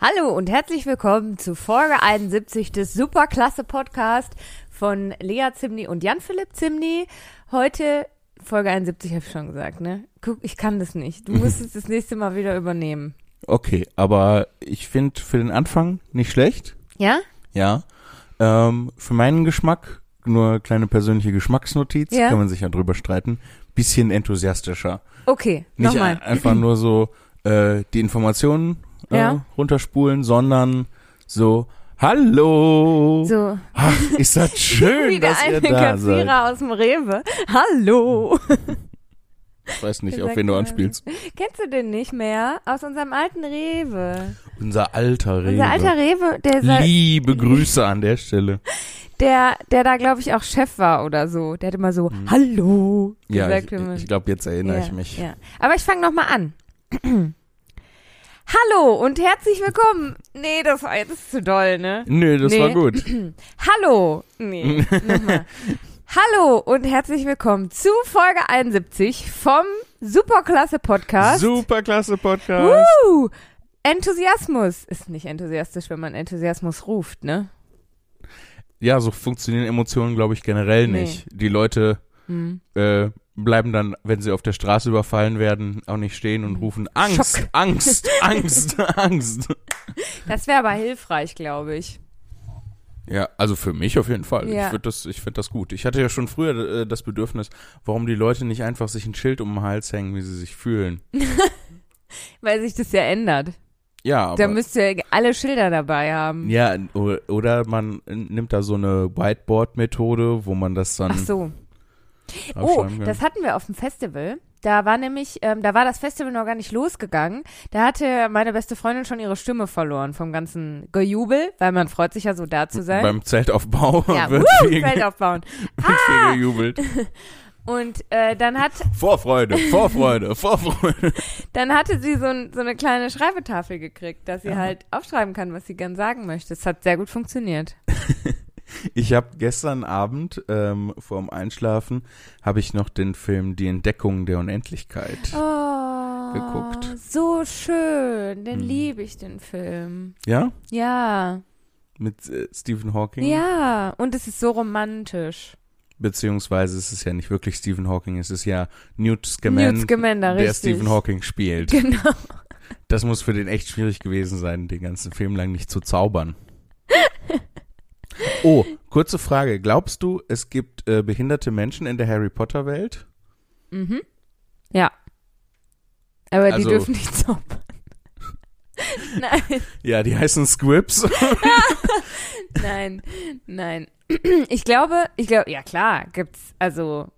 Hallo und herzlich willkommen zu Folge 71 des Superklasse Podcast von Lea Zimni und Jan Philipp Zimni. Heute Folge 71 habe ich schon gesagt, ne? Guck, ich kann das nicht. Du musst es das nächste Mal wieder übernehmen. Okay, aber ich finde für den Anfang nicht schlecht. Ja? Ja. Ähm, für meinen Geschmack, nur kleine persönliche Geschmacksnotiz, Ja. kann man sich ja drüber streiten, bisschen enthusiastischer. Okay, Nicht nochmal. ein- einfach nur so äh, die Informationen äh, Ja. runterspulen, sondern so Hallo! So, Ach, ist das schön, wie der dass ihr eine da seid. Kassierer aus dem Rewe. Hallo! Ich weiß nicht, auf gesagt wen du hat. anspielst. Kennst du den nicht mehr? Aus unserem alten Rewe. Unser alter Rewe. Unser alter Rewe, der, sei- Liebe Grüße an der Stelle. der, der da, glaube ich, auch Chef war oder so. Der hat immer so, hallo Hm. Ja, gesagt. ich, wenn man- ich glaube, jetzt erinnere ich mich. Ja. Aber ich fange nochmal an. Hallo und herzlich willkommen. Nee, das war jetzt zu doll, ne? Nö, das Nee. war gut. Hallo. Nee, nochmal. Hallo und herzlich willkommen zu Folge 71 vom Superklasse Podcast. Superklasse Podcast. Woo! Enthusiasmus. Ist nicht enthusiastisch, wenn man Enthusiasmus ruft, ne? Ja, so funktionieren Emotionen, glaube ich, generell Nee. nicht. Die Leute Hm. äh, bleiben dann, wenn sie auf der Straße überfallen werden, auch nicht stehen und rufen Angst, Schock. Angst, Angst, Angst. Das wäre aber hilfreich, glaube ich. Ja, also für mich auf jeden Fall. Ja. Ich würde das, ich finde das gut. Ich hatte ja schon früher äh, das Bedürfnis, warum die Leute nicht einfach sich ein Schild um den Hals hängen, wie sie sich fühlen. Weil sich das ja ändert. Ja, Da aber, müsst ihr alle Schilder dabei haben. ja, o- oder man äh, nimmt da so eine Whiteboard-Methode, wo man das dann Ach so. Oh, abschreiben kann. das hatten wir auf dem Festival. Da war nämlich, ähm, da war das Festival noch gar nicht losgegangen. Da hatte meine beste Freundin schon ihre Stimme verloren vom ganzen Gejubel, weil man freut sich ja so da zu sein. beim Zeltaufbau ja, Ah! wird wuhu, viel, Feld aufbauen. wird viel gejubelt. Und äh, dann hat, Vorfreude, Vorfreude, Vorfreude. dann hatte sie so, ein, so eine kleine Schreibetafel gekriegt, dass sie Ah. halt aufschreiben kann, was sie gern sagen möchte. Es hat sehr gut funktioniert. Ich habe gestern Abend ähm, vorm Einschlafen habe ich noch den Film Die Entdeckung der Unendlichkeit. Oh, Geguckt. Hm. so schön. Den liebe ich, den Film. Ja, Ja, mit äh, Stephen Hawking. ja. Und es ist so romantisch. Beziehungsweise es ist ja nicht wirklich Stephen Hawking, es ist ja Newt Scamander, Newt Scamander, der richtig. Stephen Hawking spielt. Genau. Das muss für den echt schwierig gewesen sein, den ganzen Film lang nicht zu zaubern. Oh, kurze Frage. Glaubst du, es gibt äh, behinderte Menschen in der Harry Potter Welt? Mhm. Ja. Aber die Also- dürfen nicht zaubern. nein, Ja, die heißen Squibs. nein, nein. Ich glaube, ich glaube, ja klar, gibt's, also,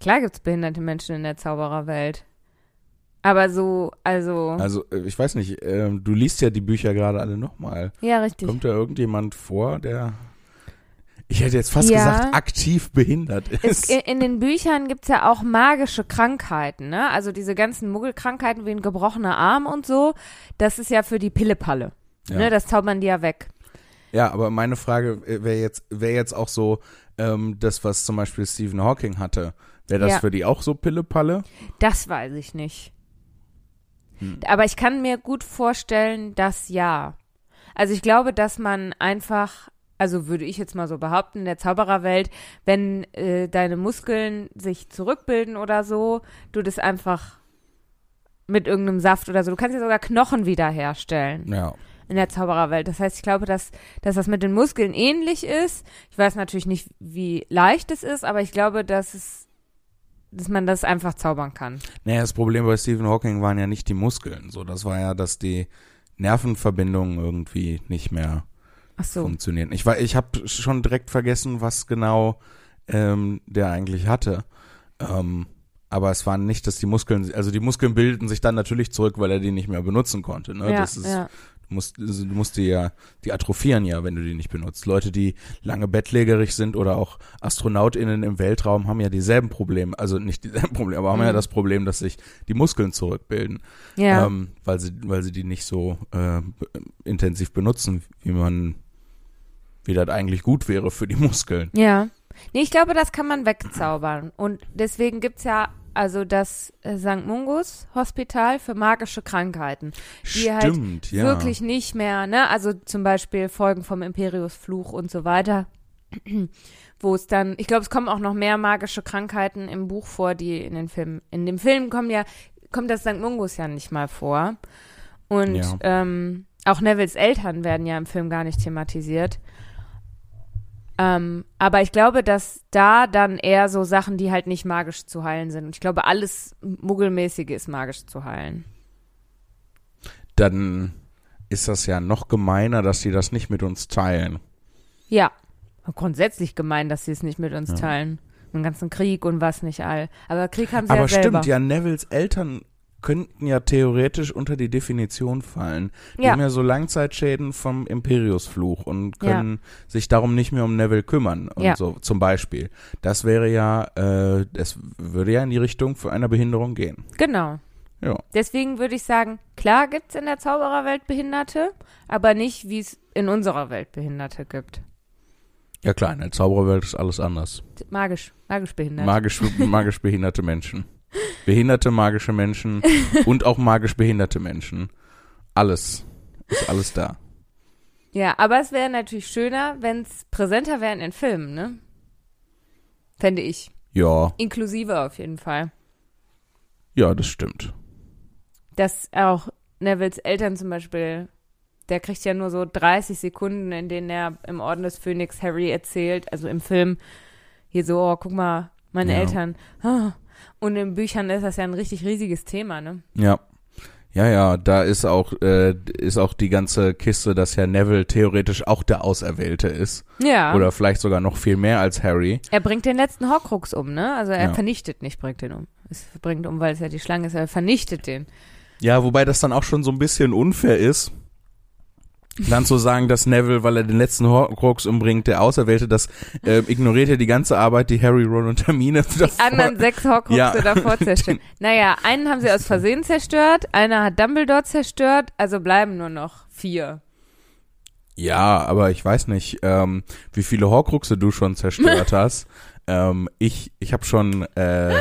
klar gibt's behinderte Menschen in der Zaubererwelt. Aber so, also, Also, äh, ich weiß nicht, ähm, du liest ja die Bücher gerade alle nochmal. ja, richtig. Kommt da irgendjemand vor, der. Ich hätte jetzt fast Ja. gesagt, aktiv behindert Es, ist. in, in den Büchern gibt's ja auch magische Krankheiten, ne? Also diese ganzen Muggelkrankheiten wie ein gebrochener Arm und so, das ist ja für die Pillepalle. Ja. Ne? Das zaubern die ja weg. ja, aber meine Frage wäre jetzt, wäre jetzt auch so, ähm, das, was zum Beispiel Stephen Hawking hatte. Wäre das Ja. für die auch so Pille-Palle? Das weiß ich nicht. Hm. Aber ich kann mir gut vorstellen, dass ja. Also ich glaube, dass man einfach, also würde ich jetzt mal so behaupten, in der Zaubererwelt, wenn äh, deine Muskeln sich zurückbilden oder so, du das einfach mit irgendeinem Saft oder so. Du kannst ja sogar Knochen wiederherstellen Ja. in der Zaubererwelt. Das heißt, ich glaube, dass, dass das mit den Muskeln ähnlich ist. Ich weiß natürlich nicht, wie leicht es ist, aber ich glaube, dass es, dass man das einfach zaubern kann. Naja, das Problem bei Stephen Hawking waren ja nicht die Muskeln. So, das war ja, dass die Nervenverbindungen irgendwie nicht mehr Ach so. funktionieren. Ich, war- ich habe schon direkt vergessen, was genau ähm, der eigentlich hatte. Ähm, aber es war nicht, dass die Muskeln, also die Muskeln bildeten sich dann natürlich zurück, weil er die nicht mehr benutzen konnte. Ne? ja, das ist, ja. du, musst, also du musst die ja, die atrophieren ja, wenn du die nicht benutzt. Leute, die lange bettlägerig sind oder auch AstronautInnen im Weltraum haben ja dieselben Probleme, also nicht dieselben Probleme, aber haben ja Mhm. das Problem, dass sich die Muskeln zurückbilden ja. ähm, weil, sie, weil sie die nicht so äh, b- intensiv benutzen, wie man, wie das eigentlich gut wäre für die Muskeln. ja. Nee, ich glaube, das kann man wegzaubern. Und deswegen gibt's ja also das äh, St. Mungus Hospital für magische Krankheiten, die halt Stimmt, ja. wirklich nicht mehr, ne, also zum Beispiel Folgen vom Imperius Fluch und so weiter, wo es dann, ich glaube, es kommen auch noch mehr magische Krankheiten im Buch vor, die in den Filmen, in dem Film kommen ja, kommt das St. Mungus ja nicht mal vor. Und Ja. ähm, auch Nevilles Eltern werden ja im Film gar nicht thematisiert. Ähm, aber ich glaube, dass da dann eher so Sachen, die halt nicht magisch zu heilen sind. Und ich glaube, alles Muggelmäßige ist magisch zu heilen. Dann ist das ja noch gemeiner, dass sie das nicht mit uns teilen. Ja. Grundsätzlich gemein, dass sie es nicht mit uns teilen. Den ganzen Krieg und was nicht all. Aber Krieg haben sie Aber ja selber. stimmt, ja, Nevils Eltern könnten ja theoretisch unter die Definition fallen. Die Ja. haben ja so Langzeitschäden vom Imperius-Fluch und können sich darum nicht mehr um Neville kümmern und Ja. so zum Beispiel. Das wäre ja, äh, das würde ja in die Richtung für eine Behinderung gehen. Genau. Ja. Deswegen würde ich sagen, klar gibt's in der Zaubererwelt Behinderte, aber nicht, wie es in unserer Welt Behinderte gibt. Ja klar, in der Zaubererwelt ist alles anders. Magisch, magisch behindert. Magisch, magisch behinderte Menschen. Behinderte magische Menschen und auch magisch behinderte Menschen. Alles. Ist alles da. ja, aber es wäre natürlich schöner, wenn's präsenter wäre in den Filmen, ne? Fände ich. Ja, Inklusive auf jeden Fall. ja, das stimmt. Dass auch Nevilles Eltern zum Beispiel, der kriegt ja nur so 30 Sekunden, in denen er im Orden des Phönix Harry erzählt, also im Film, hier so, oh, guck mal, meine Ja. Eltern. Ah. Und in Büchern ist das ja ein richtig riesiges Thema, ne? Ja. Ja, ja, da ist auch, äh, ist auch die ganze Kiste, dass Herr Neville theoretisch auch der Auserwählte ist. Ja. Oder vielleicht sogar noch viel mehr als Harry. er bringt den letzten Horcrux um, ne? Also er Ja. vernichtet nicht, bringt den um. Es bringt um, weil es ja die Schlange ist, er vernichtet den. Ja, wobei das dann auch schon so ein bisschen unfair ist. Dann zu sagen, dass Neville, weil er den letzten Horcrux umbringt, der Auserwählte, das äh, ignoriert er die ganze Arbeit, die Harry, Ron und Hermine davor- Anderen sechs Horcruxe Ja. davor zerstört. Naja, einen haben sie aus Versehen zerstört, einer hat Dumbledore zerstört, also bleiben nur noch vier. Ja, aber ich weiß nicht, ähm, wie viele Horcruxe du schon zerstört hast. Ähm, ich ich habe schon äh,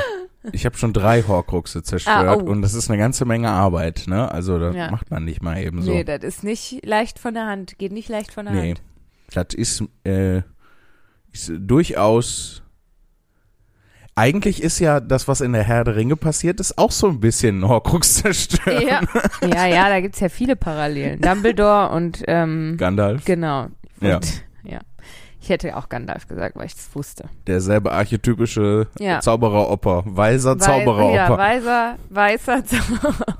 ich habe schon drei Horcruxe zerstört Ah, oh. und das ist eine ganze Menge Arbeit, ne? Also das Ja. macht man nicht mal eben so. Nee, das ist nicht leicht von der Hand, geht nicht leicht von der Nee. Hand. Das ist, äh, ist durchaus. Eigentlich ist ja das, was in der Herr der Ringe passiert ist, auch so ein bisschen ein Horcrux zerstört. Ja, ja, ja da gibt's ja viele Parallelen. Dumbledore und, ähm, Gandalf, genau. Ja. Und, ja. Ich hätte auch Gandalf gesagt, weil ich das wusste. derselbe archetypische Ja. Zaubereropfer, weiser Weil- Ja, Zaubereropfer. weiser, weißer Zauberer.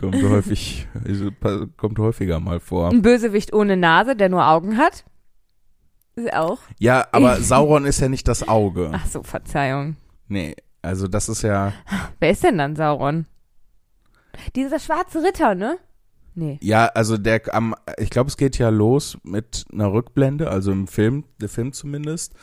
Kommt häufig, also pa- kommt häufiger mal vor. Ein Bösewicht ohne Nase, der nur Augen hat. Ist auch. Ja, aber Sauron ist ja nicht das Auge. Ach so, Verzeihung. Nee, also das ist ja, Wer ist denn dann Sauron? Dieser schwarze Ritter, ne? Nee. ja, also der, am, ich glaube, es geht ja los mit einer Rückblende, also im Film, der Film zumindest,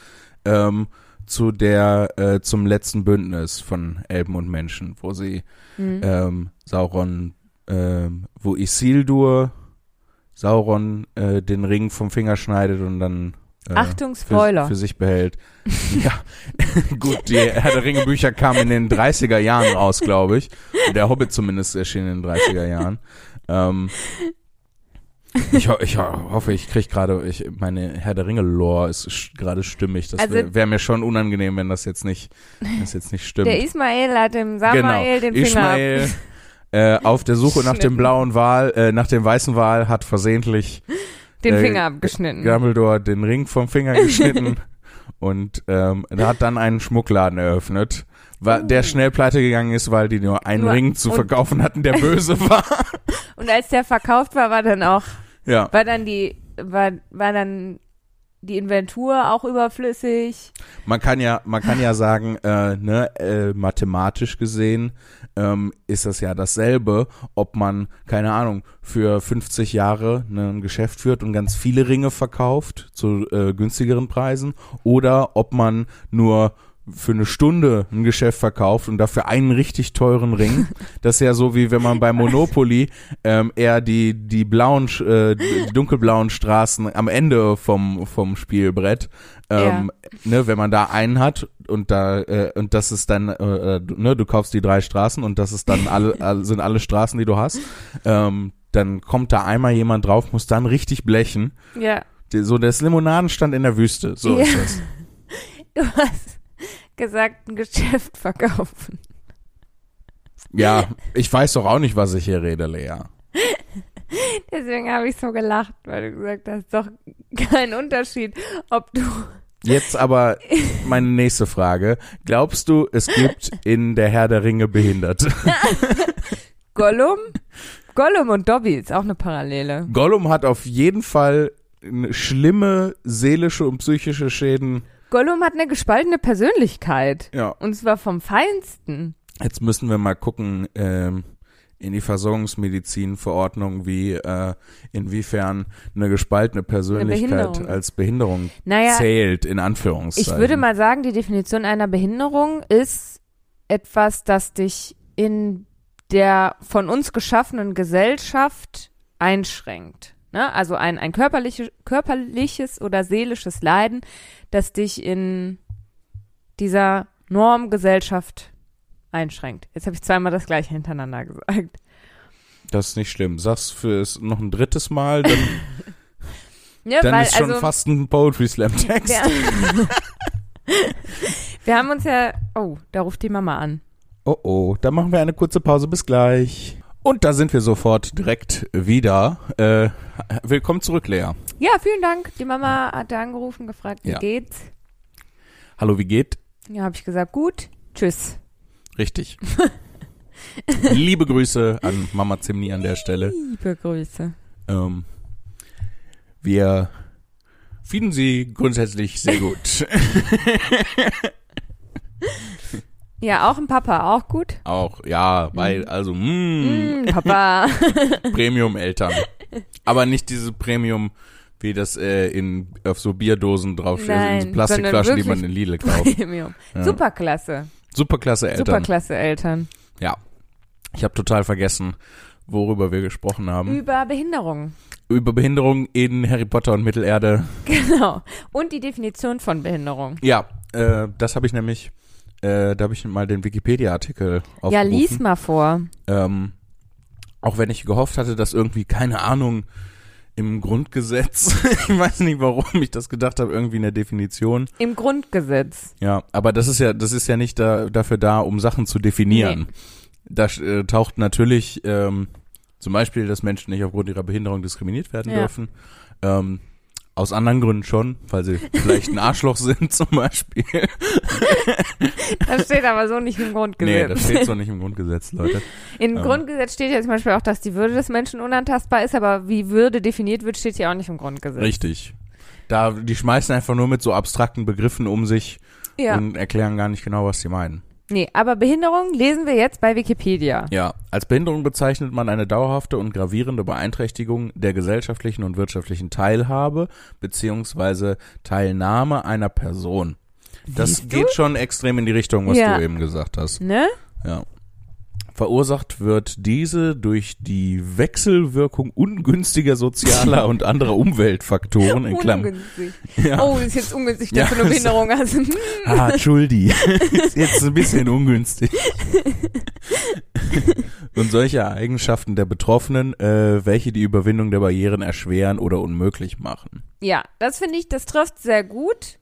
ähm, zu der, äh, zum letzten Bündnis von Elben und Menschen, wo sie Hm. ähm, Sauron, ähm, wo Isildur Sauron äh, den Ring vom Finger schneidet und dann äh, Achtung, für, Spoiler. für sich behält. ja, gut, die Herr der Ringe Bücher kamen in den 30er Jahren raus, glaube ich. Der Hobbit zumindest erschien in den 30er Jahren. Ähm, ich, ho ich ho hoffe, ich kriege gerade, ich, meine Herr der Ringe Lore ist sch- gerade stimmig. Das Also- wäre wär mir schon unangenehm, wenn das jetzt nicht, wenn das jetzt nicht stimmt. der Ismael hat dem Samael den Finger Genau. Ismael, ab. Äh, auf der Suche nach Schnitten. dem blauen Wal, äh, nach dem weißen Wal hat versehentlich Den äh, Finger abgeschnitten. Dumbledore den Ring vom Finger geschnitten und ähm, er hat dann einen Schmuckladen eröffnet, wa- der schnell pleite gegangen ist, weil die nur einen Oh. Nur- Ring zu und- verkaufen hatten, der böse war. Und als der verkauft war, war dann auch, Ja, war dann die, war, war dann die Inventur auch überflüssig. man kann ja, man kann ja sagen, äh, ne, äh, mathematisch gesehen ähm, ist das ja dasselbe, ob man keine Ahnung für 50 Jahre ne, ein Geschäft führt und ganz viele Ringe verkauft zu äh, günstigeren Preisen oder ob man nur für eine Stunde ein Geschäft verkauft und dafür einen richtig teuren Ring. Das ist ja so wie wenn man bei Monopoly ähm, eher die die blauen Sch- äh, die dunkelblauen Straßen am Ende vom vom Spielbrett ähm, ne, wenn man da einen hat und da äh, und das ist dann äh, äh, du- ne, du kaufst die drei Straßen und das ist dann alle, alle sind alle Straßen, die du hast. Ähm, dann kommt da einmal jemand drauf, muss dann richtig blechen. Ja. Die- So, das Limonadenstand in der Wüste. So Ja. ist das. Du hast gesagt, ein Geschäft verkaufen. Ja, ich weiß doch auch nicht, was ich hier rede, Lea. Deswegen habe ich so gelacht, weil du gesagt hast, doch kein Unterschied, ob du Jetzt aber meine nächste Frage. Glaubst du, es gibt in der Herr der Ringe Behinderte? Gollum, Gollum und Dobby ist auch eine Parallele. Gollum hat auf jeden Fall n- schlimme seelische und psychische Schäden. Gollum hat eine gespaltene Persönlichkeit. Ja. Und zwar vom Feinsten. Jetzt müssen wir mal gucken ähm, in die Versorgungsmedizinverordnung, wie äh, inwiefern eine gespaltene Persönlichkeit Behinderung. als Behinderung Naja, zählt, in Anführungszeichen. ich würde mal sagen, die Definition einer Behinderung ist etwas, das dich in der von uns geschaffenen Gesellschaft einschränkt. Ne? Also ein, ein körperliche, körperliches oder seelisches Leiden, das dich in dieser Normgesellschaft einschränkt. Jetzt habe ich zweimal das gleiche hintereinander gesagt. Das ist nicht schlimm. Sag's fürs noch ein drittes Mal, dann, Ja, dann weil, ist schon also, fast ein Poetry Slam Text. wir, wir haben uns ja. Oh, da ruft die Mama an. Oh oh, dann machen wir eine kurze Pause. Bis gleich. Und da sind wir sofort direkt wieder. Äh, willkommen zurück, Lea. Ja, vielen Dank. Die Mama hat da angerufen, gefragt, wie Ja. geht's? Hallo, wie geht? Ja, habe ich gesagt, gut. Tschüss. Richtig. Liebe Grüße an Mama Zimni an der Stelle. Liebe Grüße. Ähm, wir finden sie grundsätzlich sehr gut. Ja, auch ein Papa, auch gut. Auch, ja, weil, also, mh, Mm, Papa. Premium-Eltern. Aber nicht dieses Premium, wie das äh, in, auf so Bierdosen draufsteht, Nein, in so Plastikflaschen, die man sondern in Lidl kauft. Premium. Ja. Superklasse. Superklasse Eltern. Superklasse Eltern. Ja. Ich habe total vergessen, worüber wir gesprochen haben. Über Behinderung. Über Behinderung in Harry Potter und Mittelerde. Genau. Und die Definition von Behinderung. Ja, äh, das habe ich nämlich, äh, da habe ich mal den Wikipedia-Artikel aufgerufen. Ja, lies mal vor. Ähm, auch wenn ich gehofft hatte, dass irgendwie, keine Ahnung, im Grundgesetz, ich weiß nicht, warum ich das gedacht habe, irgendwie in der Definition. Im Grundgesetz. Ja, aber das ist ja, das ist ja nicht da, dafür da, um Sachen zu definieren. Da äh, taucht natürlich ähm, zum Beispiel, dass Menschen nicht aufgrund ihrer Behinderung diskriminiert werden Ja. dürfen. Ähm, aus anderen Gründen schon, weil sie vielleicht ein Arschloch sind zum Beispiel. Das steht aber so nicht im Nee, Grundgesetz. das steht so nicht im Grundgesetz, Leute. Im Ähm. Grundgesetz steht ja zum Beispiel auch, dass die Würde des Menschen unantastbar ist, aber wie Würde definiert wird, steht ja auch nicht im Grundgesetz. Richtig. Da, die schmeißen einfach nur mit so abstrakten Begriffen um sich Ja. und erklären gar nicht genau, was sie meinen. Nee, aber Behinderung lesen wir jetzt bei Wikipedia. Ja, als Behinderung bezeichnet man eine dauerhafte und gravierende Beeinträchtigung der gesellschaftlichen und wirtschaftlichen Teilhabe beziehungsweise Teilnahme einer Person. Das Siehst du? geht schon extrem in die Richtung, was Ja. du eben gesagt hast. Ne? Ja. Verursacht wird diese durch die Wechselwirkung ungünstiger sozialer und anderer Umweltfaktoren in Klammern. Oh, Ungünstig. Ja. Oh, ist jetzt ungünstig, dass Ja, du eine Behinderung hast. Ah, Schuldi. Ist jetzt ein bisschen ungünstig. Und solche Eigenschaften der Betroffenen, äh, welche die Überwindung der Barrieren erschweren oder unmöglich machen. ja, das finde ich, das trifft sehr gut.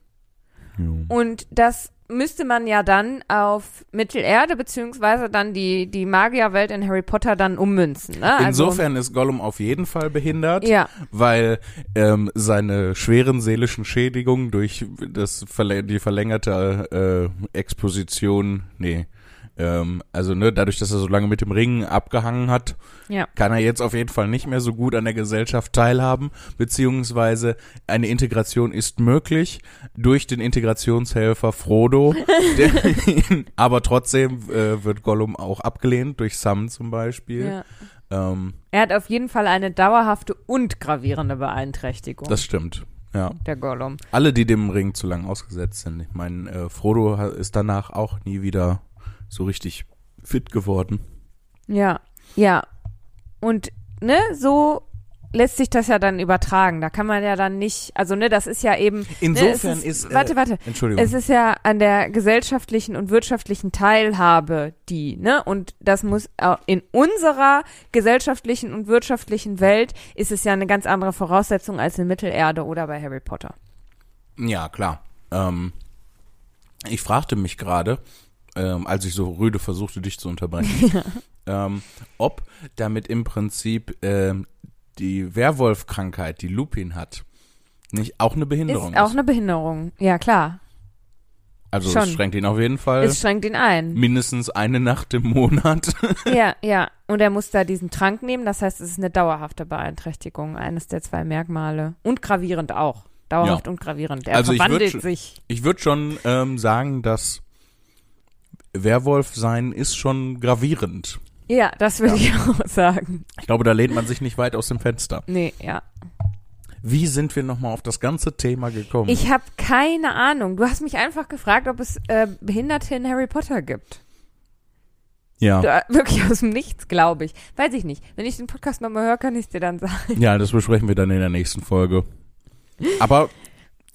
Und das müsste man ja dann auf Mittelerde, beziehungsweise dann die, die Magierwelt in Harry Potter dann ummünzen. Ne? Also, Insofern ist Gollum auf jeden Fall behindert, Ja, weil ähm, seine schweren seelischen Schädigungen durch das verlä- die verlängerte äh, Exposition, nee, ähm, also ne, dadurch, dass er so lange mit dem Ring abgehangen hat, ja. kann er jetzt auf jeden Fall nicht mehr so gut an der Gesellschaft teilhaben, beziehungsweise eine Integration ist möglich durch den Integrationshelfer Frodo, der, aber trotzdem äh, wird Gollum auch abgelehnt, durch Sam zum Beispiel. ja. Ähm, Er hat auf jeden Fall eine dauerhafte und gravierende Beeinträchtigung. das stimmt. Ja. der Gollum. Alle, die dem Ring zu lang ausgesetzt sind. Ich meine, äh, Frodo ha- ist danach auch nie wieder so richtig fit geworden. Ja, ja. Und ne, so lässt sich das ja dann übertragen. Da kann man ja dann nicht, also ne, das ist ja eben. Insofern ne, es ist. äh, ist warte, warte. Entschuldigung. Es ist ja an der gesellschaftlichen und wirtschaftlichen Teilhabe die, ne? Und das muss äh, in unserer gesellschaftlichen und wirtschaftlichen Welt ist es ja eine ganz andere Voraussetzung als in Mittelerde oder bei Harry Potter. Ja, klar. Ähm, ich fragte mich gerade, ähm, als ich so rüde versuchte, dich zu unterbrechen, ähm, ob damit im Prinzip ähm, die Werwolf-Krankheit, die Lupin hat, nicht auch eine Behinderung Ist ist. auch eine Behinderung. Ja, klar. also schon. es schränkt ihn auf jeden Fall Es schränkt ihn ein. mindestens eine Nacht im Monat. Ja, ja. Und er muss da diesen Trank nehmen. Das heißt, es ist eine dauerhafte Beeinträchtigung. Eines der zwei Merkmale. Und gravierend auch. Dauerhaft Ja. und gravierend. Er Also ich würd verwandelt schon- sich. ich würde schon ähm, sagen, dass Werwolf sein ist schon gravierend. Ja, das würde ich auch sagen. Ich glaube, da lehnt man sich nicht weit aus dem Fenster. Nee, ja. Wie sind wir nochmal auf das ganze Thema gekommen? Ich habe keine Ahnung. Du hast mich einfach gefragt, ob es äh, Behinderte in Harry Potter gibt. ja. Da, wirklich aus dem Nichts, glaube ich. Weiß ich nicht. Wenn ich den Podcast nochmal höre, kann ich dir dann sagen. Ja, das besprechen wir dann in der nächsten Folge. Aber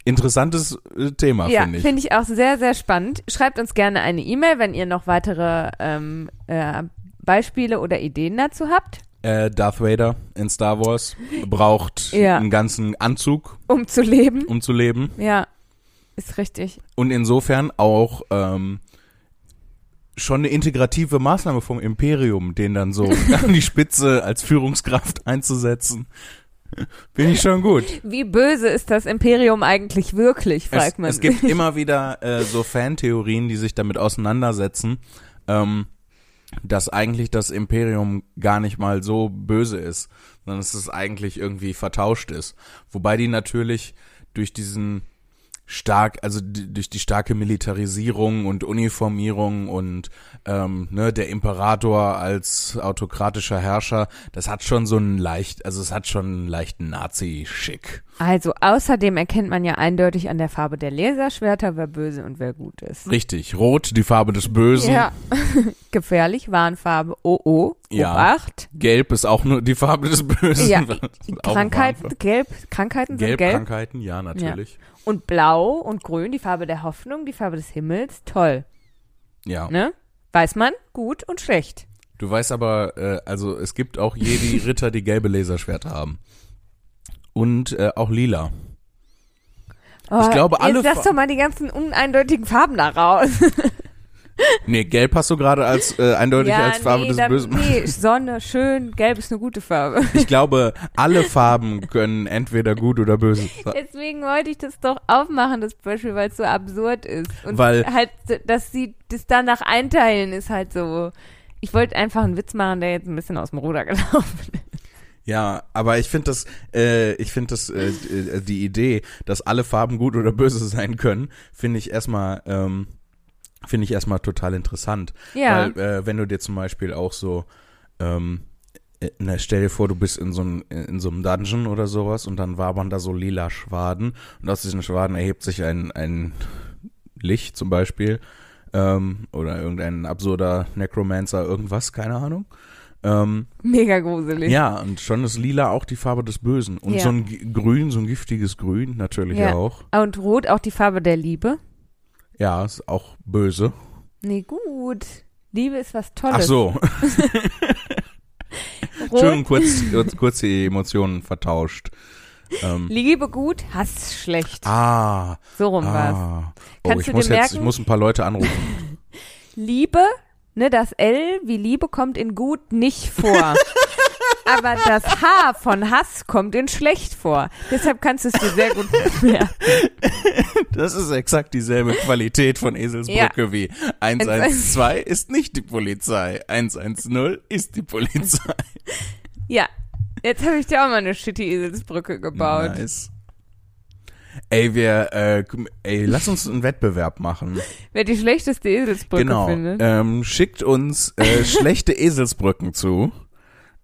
interessantes äh, Thema, ja, finde ich. finde ich auch sehr, sehr spannend. Schreibt uns gerne eine E-Mail, wenn ihr noch weitere ähm, äh, Beispiele oder Ideen dazu habt, äh, Darth Vader in Star Wars braucht Ja. einen ganzen Anzug, um zu leben. um zu leben. Ja, ist richtig. Und insofern auch ähm, schon eine integrative Maßnahme vom Imperium, den dann so an die Spitze als Führungskraft einzusetzen. Bin ich schon gut. Wie böse ist das Imperium eigentlich wirklich, fragt es, man es sich. gibt immer wieder äh, so Fantheorien, die sich damit auseinandersetzen, ähm, dass eigentlich das Imperium gar nicht mal so böse ist, sondern dass es eigentlich irgendwie vertauscht ist. Wobei die natürlich durch diesen stark, also d- durch die starke Militarisierung und Uniformierung und ähm, ne, der Imperator als autokratischer Herrscher, das hat schon so einen leicht, also es hat schon einen leichten Nazi-Schick. Also außerdem erkennt man ja eindeutig an der Farbe der Laserschwerter, wer böse und wer gut ist. Richtig, rot, die Farbe des Bösen. Ja, gefährlich, Warnfarbe, oh oh, Ja. Obacht. Gelb ist auch nur die Farbe des Bösen. Ja, Das ist auch Krankheiten, wahr. gelb, Krankheiten Gelb, sind gelb. Krankheiten, ja, natürlich. Und blau und grün, die Farbe der Hoffnung, die Farbe des Himmels, toll, Ja. ne? Weiß man, gut und schlecht. Du weißt aber, äh, also es gibt auch Jedi-Ritter, die gelbe Laserschwerter haben. Und äh, auch lila. Oh, Ich glaube, alle Jetzt lass Fa- doch mal die ganzen uneindeutigen Farben da raus. Nee, gelb hast du gerade als äh, eindeutig als Farbe nee, des dann- Bösen. nee, Sonne, schön, gelb ist eine gute Farbe. Ich glaube, alle Farben können entweder gut oder böse sein. Deswegen wollte ich das doch aufmachen, das Beispiel, weil es so absurd ist. Und Weil- halt, dass sie das danach einteilen, ist halt so. Ich wollte einfach einen Witz machen, der jetzt ein bisschen aus dem Ruder gelaufen ist. Ja, aber ich finde das, äh, ich finde das, äh, äh, die Idee, dass alle Farben gut oder böse sein können, finde ich erstmal, ähm, finde ich erstmal total interessant. Ja. Weil, äh, wenn du dir zum Beispiel auch so, ähm, äh, na, stell dir vor, du bist in so, einem, in so einem Dungeon oder sowas und dann wabern da so lila Schwaden und aus diesen Schwaden erhebt sich ein, ein Licht zum Beispiel ähm, oder irgendein absurder Necromancer, irgendwas, keine Ahnung. Ähm, Mega gruselig. ja, und schon ist lila auch die Farbe des Bösen und Ja. so ein G- Grün, so ein giftiges Grün natürlich Ja. auch. Und rot auch die Farbe der Liebe. Ja, ist auch böse. Nee, gut. Liebe ist was Tolles. Ach so, Rot, Entschuldigung, kurz, kurz, kurz die Emotionen vertauscht. Ähm, Liebe gut, Hass schlecht. Ah, So rum war's. ah. Oh, um Kannst ich du muss dir jetzt, ich merken- muss ein paar Leute anrufen. Liebe, ne, das L wie Liebe kommt in gut nicht vor. Aber das H von Hass kommt in schlecht vor. Deshalb kannst du es dir sehr gut merken. Das ist exakt dieselbe Qualität von Eselsbrücke wie 112 ist nicht die Polizei, 110 ist die Polizei. Ja. Jetzt habe ich dir auch mal eine shitty Eselsbrücke gebaut. Nice. Ey, wir, äh, komm- ey, lass uns einen Wettbewerb machen. Wer die schlechteste Eselsbrücke genau. findet. Ähm, schickt uns äh, schlechte Eselsbrücken zu.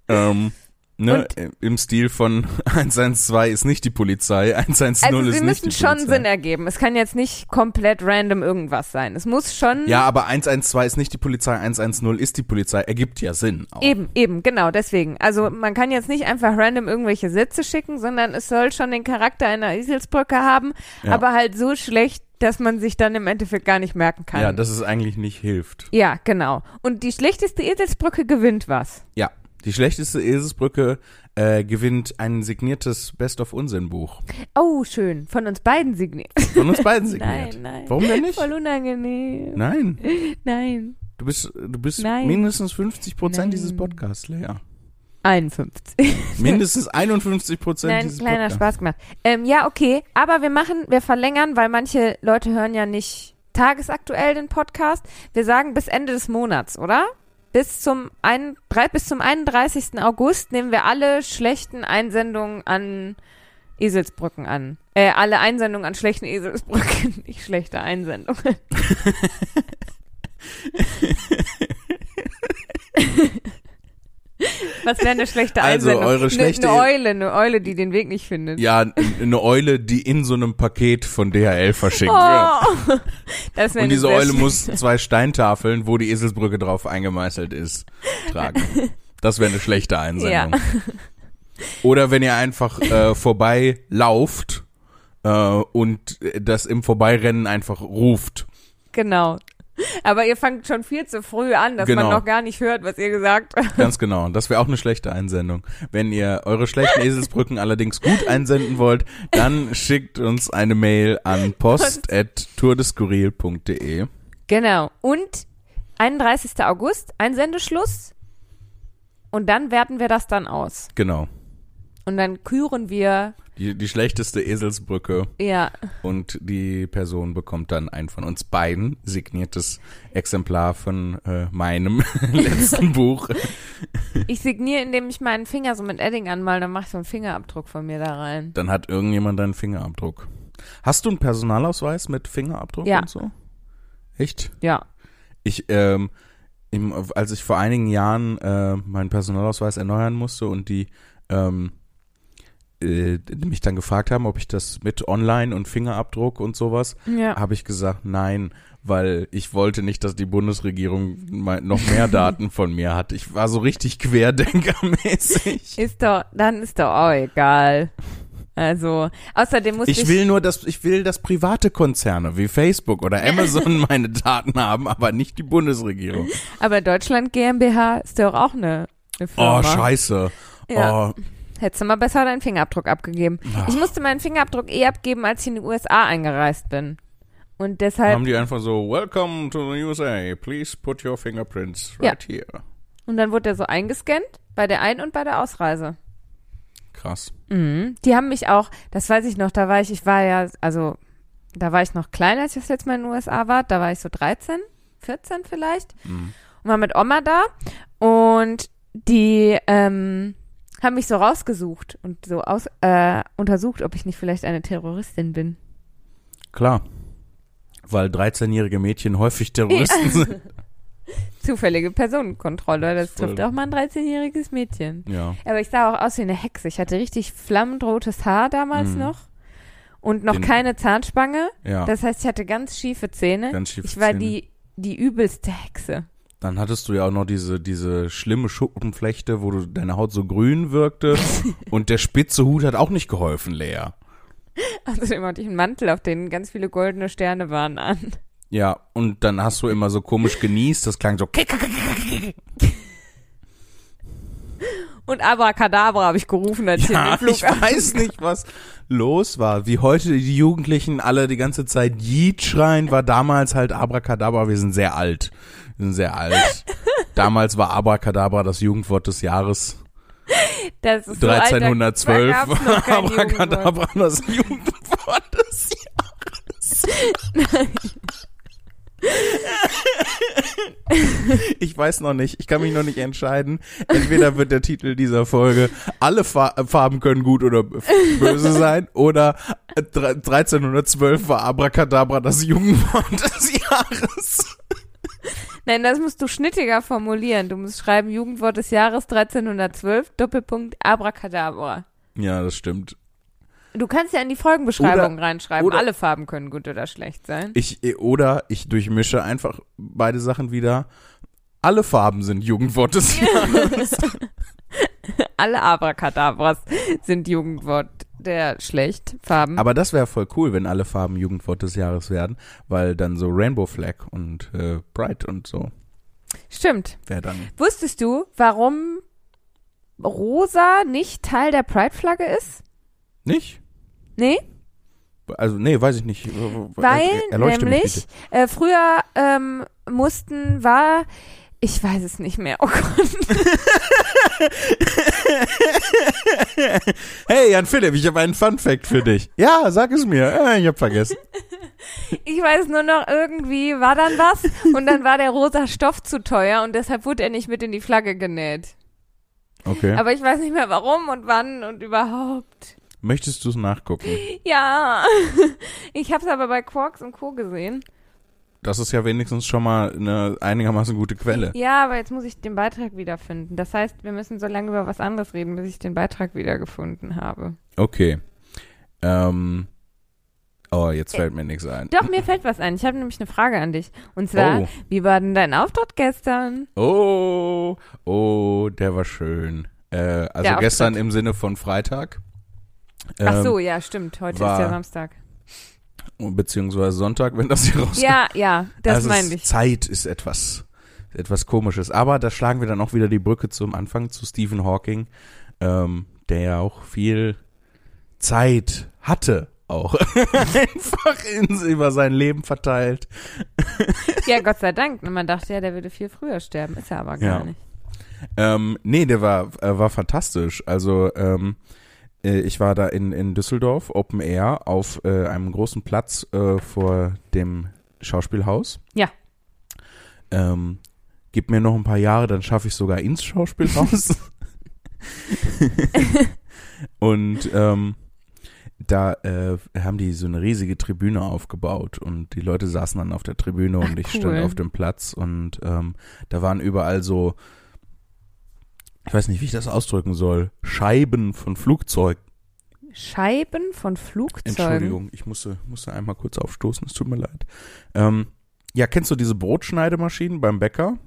Ähm, Ne, Und- äh, Im Stil von 112 ist nicht die Polizei, 110 Also ist sie nicht die müssen schon Polizei. Sinn ergeben. Es kann jetzt nicht komplett random irgendwas sein. Es muss schon Ja, aber 112 ist nicht die Polizei, 110 ist die Polizei, ergibt ja Sinn. Auch. Eben, eben, genau, deswegen. Also man kann jetzt nicht einfach random irgendwelche Sätze schicken, sondern es soll schon den Charakter einer Eselsbrücke haben, Ja. aber halt so schlecht, dass man sich dann im Endeffekt gar nicht merken kann. Ja, dass es eigentlich nicht hilft. Ja, genau. Und die schlechteste Eselsbrücke gewinnt was. Ja. Die schlechteste Eselsbrücke äh, gewinnt ein signiertes Best-of-Unsinn-Buch. Oh, schön. Von uns beiden signiert. Von uns beiden signiert. Nein, nein. Warum denn nicht? Voll unangenehm. Nein. Nein. Du bist, du bist Nein. mindestens 50 Prozent Nein. dieses Podcasts leer. 51. Mindestens 51 Prozent Nein, dieses kleiner Podcasts. Spaß gemacht. Ähm, ja, okay. Aber wir machen, wir verlängern, weil manche Leute hören ja nicht tagesaktuell den Podcast. Wir sagen bis Ende des Monats, oder? Bis zum, ein, drei, bis zum 31. August nehmen wir alle schlechten Einsendungen an Eselsbrücken an. Äh, alle Einsendungen an schlechten Eselsbrücken, nicht schlechte Einsendungen. Was wäre eine schlechte Also Einsendung? eure schlechte- Eine, eine Eule, eine Eule, die den Weg nicht findet. Ja, n- eine Eule, die in so einem Paket von DHL verschickt wird. Oh, das wäre Und eine diese sehr Eule schlechte- muss zwei Steintafeln, wo die Eselsbrücke drauf eingemeißelt ist, tragen. Das wäre eine schlechte Einsendung. Oder wenn ihr einfach äh, vorbei lauft äh, und äh, das im Vorbeirennen einfach ruft. Genau. Aber ihr fangt schon viel zu früh an, dass Genau. man noch gar nicht hört, was ihr gesagt habt. Ganz genau. Das wäre auch eine schlechte Einsendung. Wenn ihr eure schlechten Eselsbrücken allerdings gut einsenden wollt, dann schickt uns eine Mail an post.tourdeskurril.de. Genau. Und 31. August, Einsendeschluss. Und dann werten wir das dann aus. Genau. Und dann küren wir, Die, die schlechteste Eselsbrücke. ja, Und die Person bekommt dann ein von uns beiden signiertes Exemplar von äh, meinem letzten Buch. ich signiere, indem ich meinen Finger so mit Edding anmal, dann mach ich so einen Fingerabdruck von mir da rein. Dann hat irgendjemand deinen Fingerabdruck. Hast du einen Personalausweis mit Fingerabdruck Ja. und so? Echt? Ja. Ich, ähm, im, als ich vor einigen Jahren äh, meinen Personalausweis erneuern musste und die ähm, äh, mich dann gefragt haben, ob ich das mit Online und Fingerabdruck und sowas, Ja. habe ich gesagt, nein, weil ich wollte nicht, dass die Bundesregierung mal- noch mehr Daten von mir hat. Ich war so richtig querdenkermäßig. Ist doch, dann ist doch auch egal. Also, außerdem musste ich, Ich will nur, dass ich will, dass private Konzerne wie Facebook oder Amazon meine Daten haben, aber nicht die Bundesregierung. aber Deutschland GmbH ist doch auch eine, eine Firma. Oh, scheiße. Ja. Oh, Hättest du mal besser deinen Fingerabdruck abgegeben. Ich musste meinen Fingerabdruck eh abgeben, als ich in die USA eingereist bin. Und deshalb, haben die einfach so, welcome to the USA, please put your fingerprints right here. und dann wurde er so eingescannt, bei der Ein- und bei der Ausreise. Krass. Mhm. Die haben mich auch, das weiß ich noch, da war ich, ich war ja, also, da war ich noch klein, als ich das letzte Mal in den USA war, da war ich so 13, 14 vielleicht, Mhm. und war mit Oma da, und die, ähm, haben mich so rausgesucht und so aus, äh, untersucht, ob ich nicht vielleicht eine Terroristin bin. Klar. Weil 13-jährige Mädchen häufig Terroristen sind. Zufällige Personenkontrolle. Das Voll. trifft auch mal ein 13-jähriges Mädchen. Ja. Aber ich sah auch aus wie eine Hexe. Ich hatte richtig flammend rotes Haar damals Mhm. noch. Und noch Den- keine Zahnspange. Ja. Das heißt, ich hatte ganz schiefe Zähne. Ganz schiefe ich war Zähne. Die, die übelste Hexe. Dann hattest du ja auch noch diese, diese schlimme Schuppenflechte, wo du, deine Haut so grün wirkte. und der spitze Hut hat auch nicht geholfen, Lea. Außerdem hatte ich einen Mantel, auf den ganz viele goldene Sterne waren an. Ja, und dann hast du immer so komisch genießt. Das klang so. kick, kick, kick, kick. Und Abracadabra habe ich gerufen, als ich Ja, in den ich Flug weiß nicht, was los war. Wie heute die Jugendlichen alle die ganze Zeit Yeet schreien, war damals halt Abracadabra. Wir sind sehr alt. Wir sind sehr alt. Damals war Abracadabra das Jugendwort des Jahres. Das ist so alt, da- da 1312 gab's noch kein Jugendwort. Abracadabra das Jugendwort des Jahres. Ich weiß noch nicht, ich kann mich noch nicht entscheiden. Entweder wird der Titel dieser Folge Alle Fa äh, Farben können gut oder böse sein oder äh, dre- 1312 war Abracadabra das Jugendwort des Jahres. Nein, das musst du schnittiger formulieren. Du musst schreiben Jugendwort des Jahres 1312, Doppelpunkt Abracadabra. Ja, das stimmt. Du kannst ja in die Folgenbeschreibung Oder- reinschreiben. oder- Alle Farben können gut oder schlecht sein. Ich, eh, oder ich durchmische einfach beide Sachen wieder. Alle Farben sind Jugendwort des Jahres. Alle Abracadabras sind Jugendwort der schlecht Farben. Aber das wäre voll cool, wenn alle Farben Jugendwort des Jahres werden, weil dann so Rainbow Flag und äh, Bright und so Stimmt. wäre dann. Wusstest du, warum Rosa nicht Teil der Pride-Flagge ist? Nicht? Nee, Also, nee, weiß ich nicht. weil Er- erleuchte mich nämlich äh, früher ähm, mussten, war, ich weiß es nicht mehr, oh Gott, bitte. hey, Jan Philipp, ich habe einen Fun Fact für dich. Ja, sag es mir. Äh, ich habe vergessen. ich weiß nur noch, irgendwie war dann was und dann war der rosa Stoff zu teuer und deshalb wurde er nicht mit in die Flagge genäht. Okay. Aber ich weiß nicht mehr warum und wann und überhaupt. Möchtest du es nachgucken? Ja, ich habe es aber bei Quarks und Co. gesehen. Das ist ja wenigstens schon mal eine einigermaßen gute Quelle. Ja, aber jetzt muss ich den Beitrag wiederfinden. Das heißt, wir müssen so lange über was anderes reden, bis ich den Beitrag wiedergefunden habe. Okay. Ähm. Oh, jetzt fällt mir nichts ein. Doch, mir fällt was ein. Ich habe nämlich eine Frage an dich. Und zwar, Oh, wie war denn dein Auftritt gestern? oh, oh, der war schön. Äh, also Der Auftritt. gestern im Sinne von Freitag. Ach Ähm, so, ja, stimmt. Heute ist war- ja Samstag. Ähm, Beziehungsweise Sonntag, wenn das hier rauskommt. Ja, ja, das also meine es- ich. Zeit ist etwas, etwas komisches. Aber da schlagen wir dann auch wieder die Brücke zum Anfang zu Stephen Hawking, ähm, der ja auch viel Zeit hatte. Auch einfach in, über sein Leben verteilt. Ja, Gott sei Dank. Man dachte ja, der würde viel früher sterben. Ist er aber Ja. gar nicht. Ähm, nee, der war, äh, war fantastisch. Also, ähm, äh, ich war da in, in Düsseldorf, Open Air, auf äh, einem großen Platz äh, vor dem Schauspielhaus. Ja. Ähm, gib mir noch ein paar Jahre, dann schaffe ich sogar ins Schauspielhaus. und ähm, da äh, haben die so eine riesige Tribüne aufgebaut und die Leute saßen dann auf der Tribüne und Ach, ich cool. stand auf dem Platz und ähm, da waren überall so, ich weiß nicht, wie ich das ausdrücken soll, Scheiben von Flugzeugen. Scheiben von Flugzeugen. Entschuldigung, ich musste, musste einmal kurz aufstoßen, es tut mir leid. Ähm, ja, kennst du diese Brotschneidemaschinen beim Bäcker?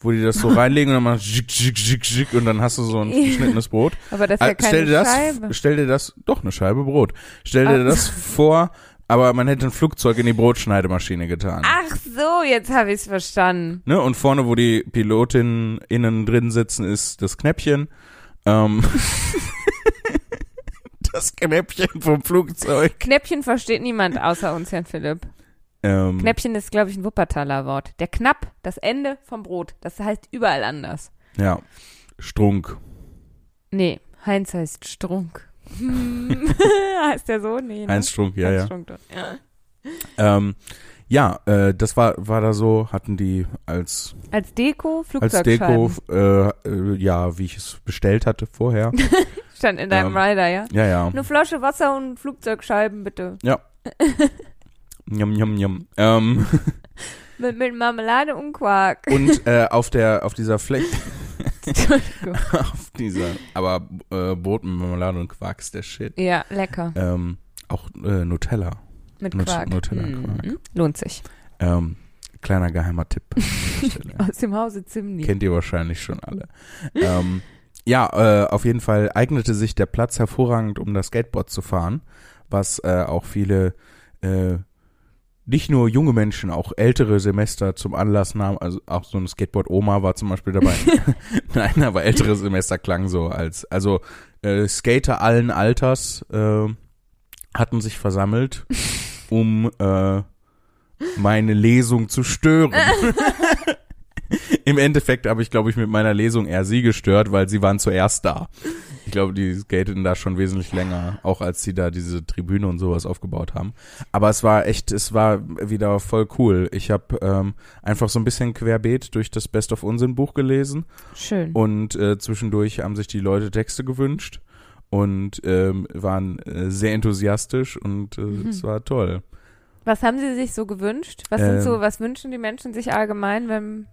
Wo die das so reinlegen und dann machen schick, schick, schick, schick und dann hast du so ein Ja. geschnittenes Brot. Aber das ist ja Ah, keine stell dir das, Scheibe. stell dir das, doch eine Scheibe Brot. Stell dir Ah. das vor, aber man hätte ein Flugzeug in die Brotschneidemaschine getan. Ach so, jetzt habe ich es verstanden. Ne? Und vorne, wo die Pilotinnen innen drin sitzen, ist das Knäppchen. Ähm, das Knäppchen vom Flugzeug. Knäppchen versteht niemand außer uns, Herrn Philipp. Ähm, Knäppchen ist, glaube ich, ein Wuppertaler Wort. Der Knapp, das Ende vom Brot. Das heißt überall anders. ja. Strunk. Nee, Heinz heißt Strunk. Hm. heißt der so? Nee, ne? Heinz Strunk, ja, Heinz ja. Strunk doch. ja. Ähm, ja, äh, das war, war da so, hatten die als Als Deko, als Flugzeugscheiben. Deko, äh, äh, ja, wie ich es bestellt hatte vorher. Stand in deinem Ähm. Rider, ja? Ja, ja. Eine Flasche Wasser und Flugzeugscheiben, bitte. Njam, njam, njam. Ähm, Mit, mit Marmelade und Quark. und äh, auf der, auf dieser Fläche, Entschuldigung. auf dieser, aber äh, Brot mit Marmelade und Quark ist der Shit. ja, lecker. Ähm, auch äh, Nutella. Mit Nut- Quark. Nutella, Mhm. Lohnt sich. Ähm, kleiner geheimer Tipp. an der Stelle. Aus dem Hause Zimni. Kennt ihr wahrscheinlich schon alle. Ähm, ja, äh, auf jeden Fall eignete sich der Platz hervorragend, um das Skateboard zu fahren, was äh, auch viele, äh, nicht nur junge Menschen, auch ältere Semester zum Anlass nahmen. Also auch so eine Skateboard-Oma war zum Beispiel dabei. Nein, aber ältere Semester klang so als, also äh, Skater allen Alters äh, hatten sich versammelt, um äh, meine Lesung zu stören. Im Endeffekt habe ich, glaube ich, mit meiner Lesung eher sie gestört, weil sie waren zuerst da. Ich glaube, die skateten da schon wesentlich länger, auch als sie da diese Tribüne und sowas aufgebaut haben. Aber es war echt, es war wieder voll cool. Ich habe ähm, einfach so ein bisschen querbeet durch das Best of Unsinn Buch gelesen Schön. und äh, zwischendurch haben sich die Leute Texte gewünscht und ähm, waren äh, sehr enthusiastisch und äh, es war toll. Was haben Sie sich so gewünscht? Was sind Ähm. so, was wünschen die Menschen sich allgemein, wenn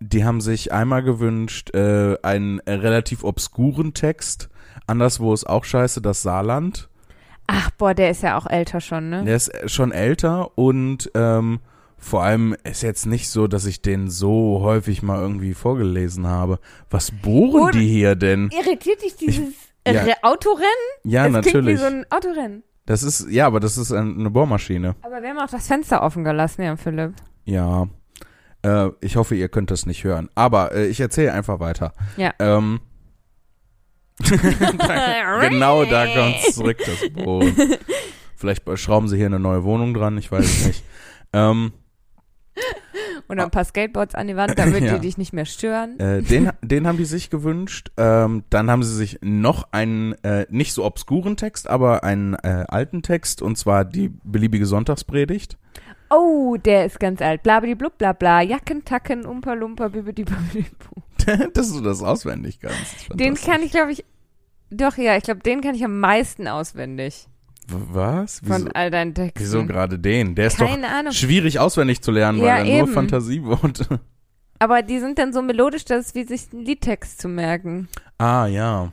die haben sich einmal gewünscht, äh, einen relativ obskuren Text. Anderswo ist auch scheiße, das Saarland. Ach, boah, der ist ja auch älter schon, ne? Der ist äh, schon älter und ähm, vor allem ist jetzt nicht so, dass ich den so häufig mal irgendwie vorgelesen habe. Was bohren Oder- die hier denn? Irritiert dich dieses Ich- ja. Re- Autorennen? Ja, es klingt wie natürlich. so ein Autorennen. das ist, ja, aber das ist ein- eine Bohrmaschine. Aber wir haben auch das Fenster offen gelassen, ja, Philipp. Ja. Äh, ich hoffe, ihr könnt das nicht hören. Aber äh, ich erzähle einfach weiter. Ja. Ähm, genau da kommt's zurück, das Bohren. Vielleicht schrauben sie hier eine neue Wohnung dran, ich weiß es nicht. ähm, Und ein paar Skateboards an die Wand, damit Ja. die dich nicht mehr stören. Äh, den, den haben die sich gewünscht. Ähm, dann haben sie sich noch einen äh, nicht so obskuren Text, aber einen äh, alten Text, und zwar die beliebige Sonntagspredigt. Oh, der ist ganz alt. Blabidi-blub, bla bla. Jacken, Tacken, Umpa-Lumpa, bibidi-babidi-bu. Dass du das auswendig kannst. Den Fantastisch. kann ich, glaube ich, doch, ja, ich glaube, den kann ich am meisten auswendig W- Was? Wieso, von all deinen Texten. wieso gerade den? Der ist Keine doch Ahnung. schwierig auswendig zu lernen, weil Ja, er nur eben. Fantasieworte. Aber die sind dann so melodisch, dass es wie sich einen Liedtext zu merken. ah, ja.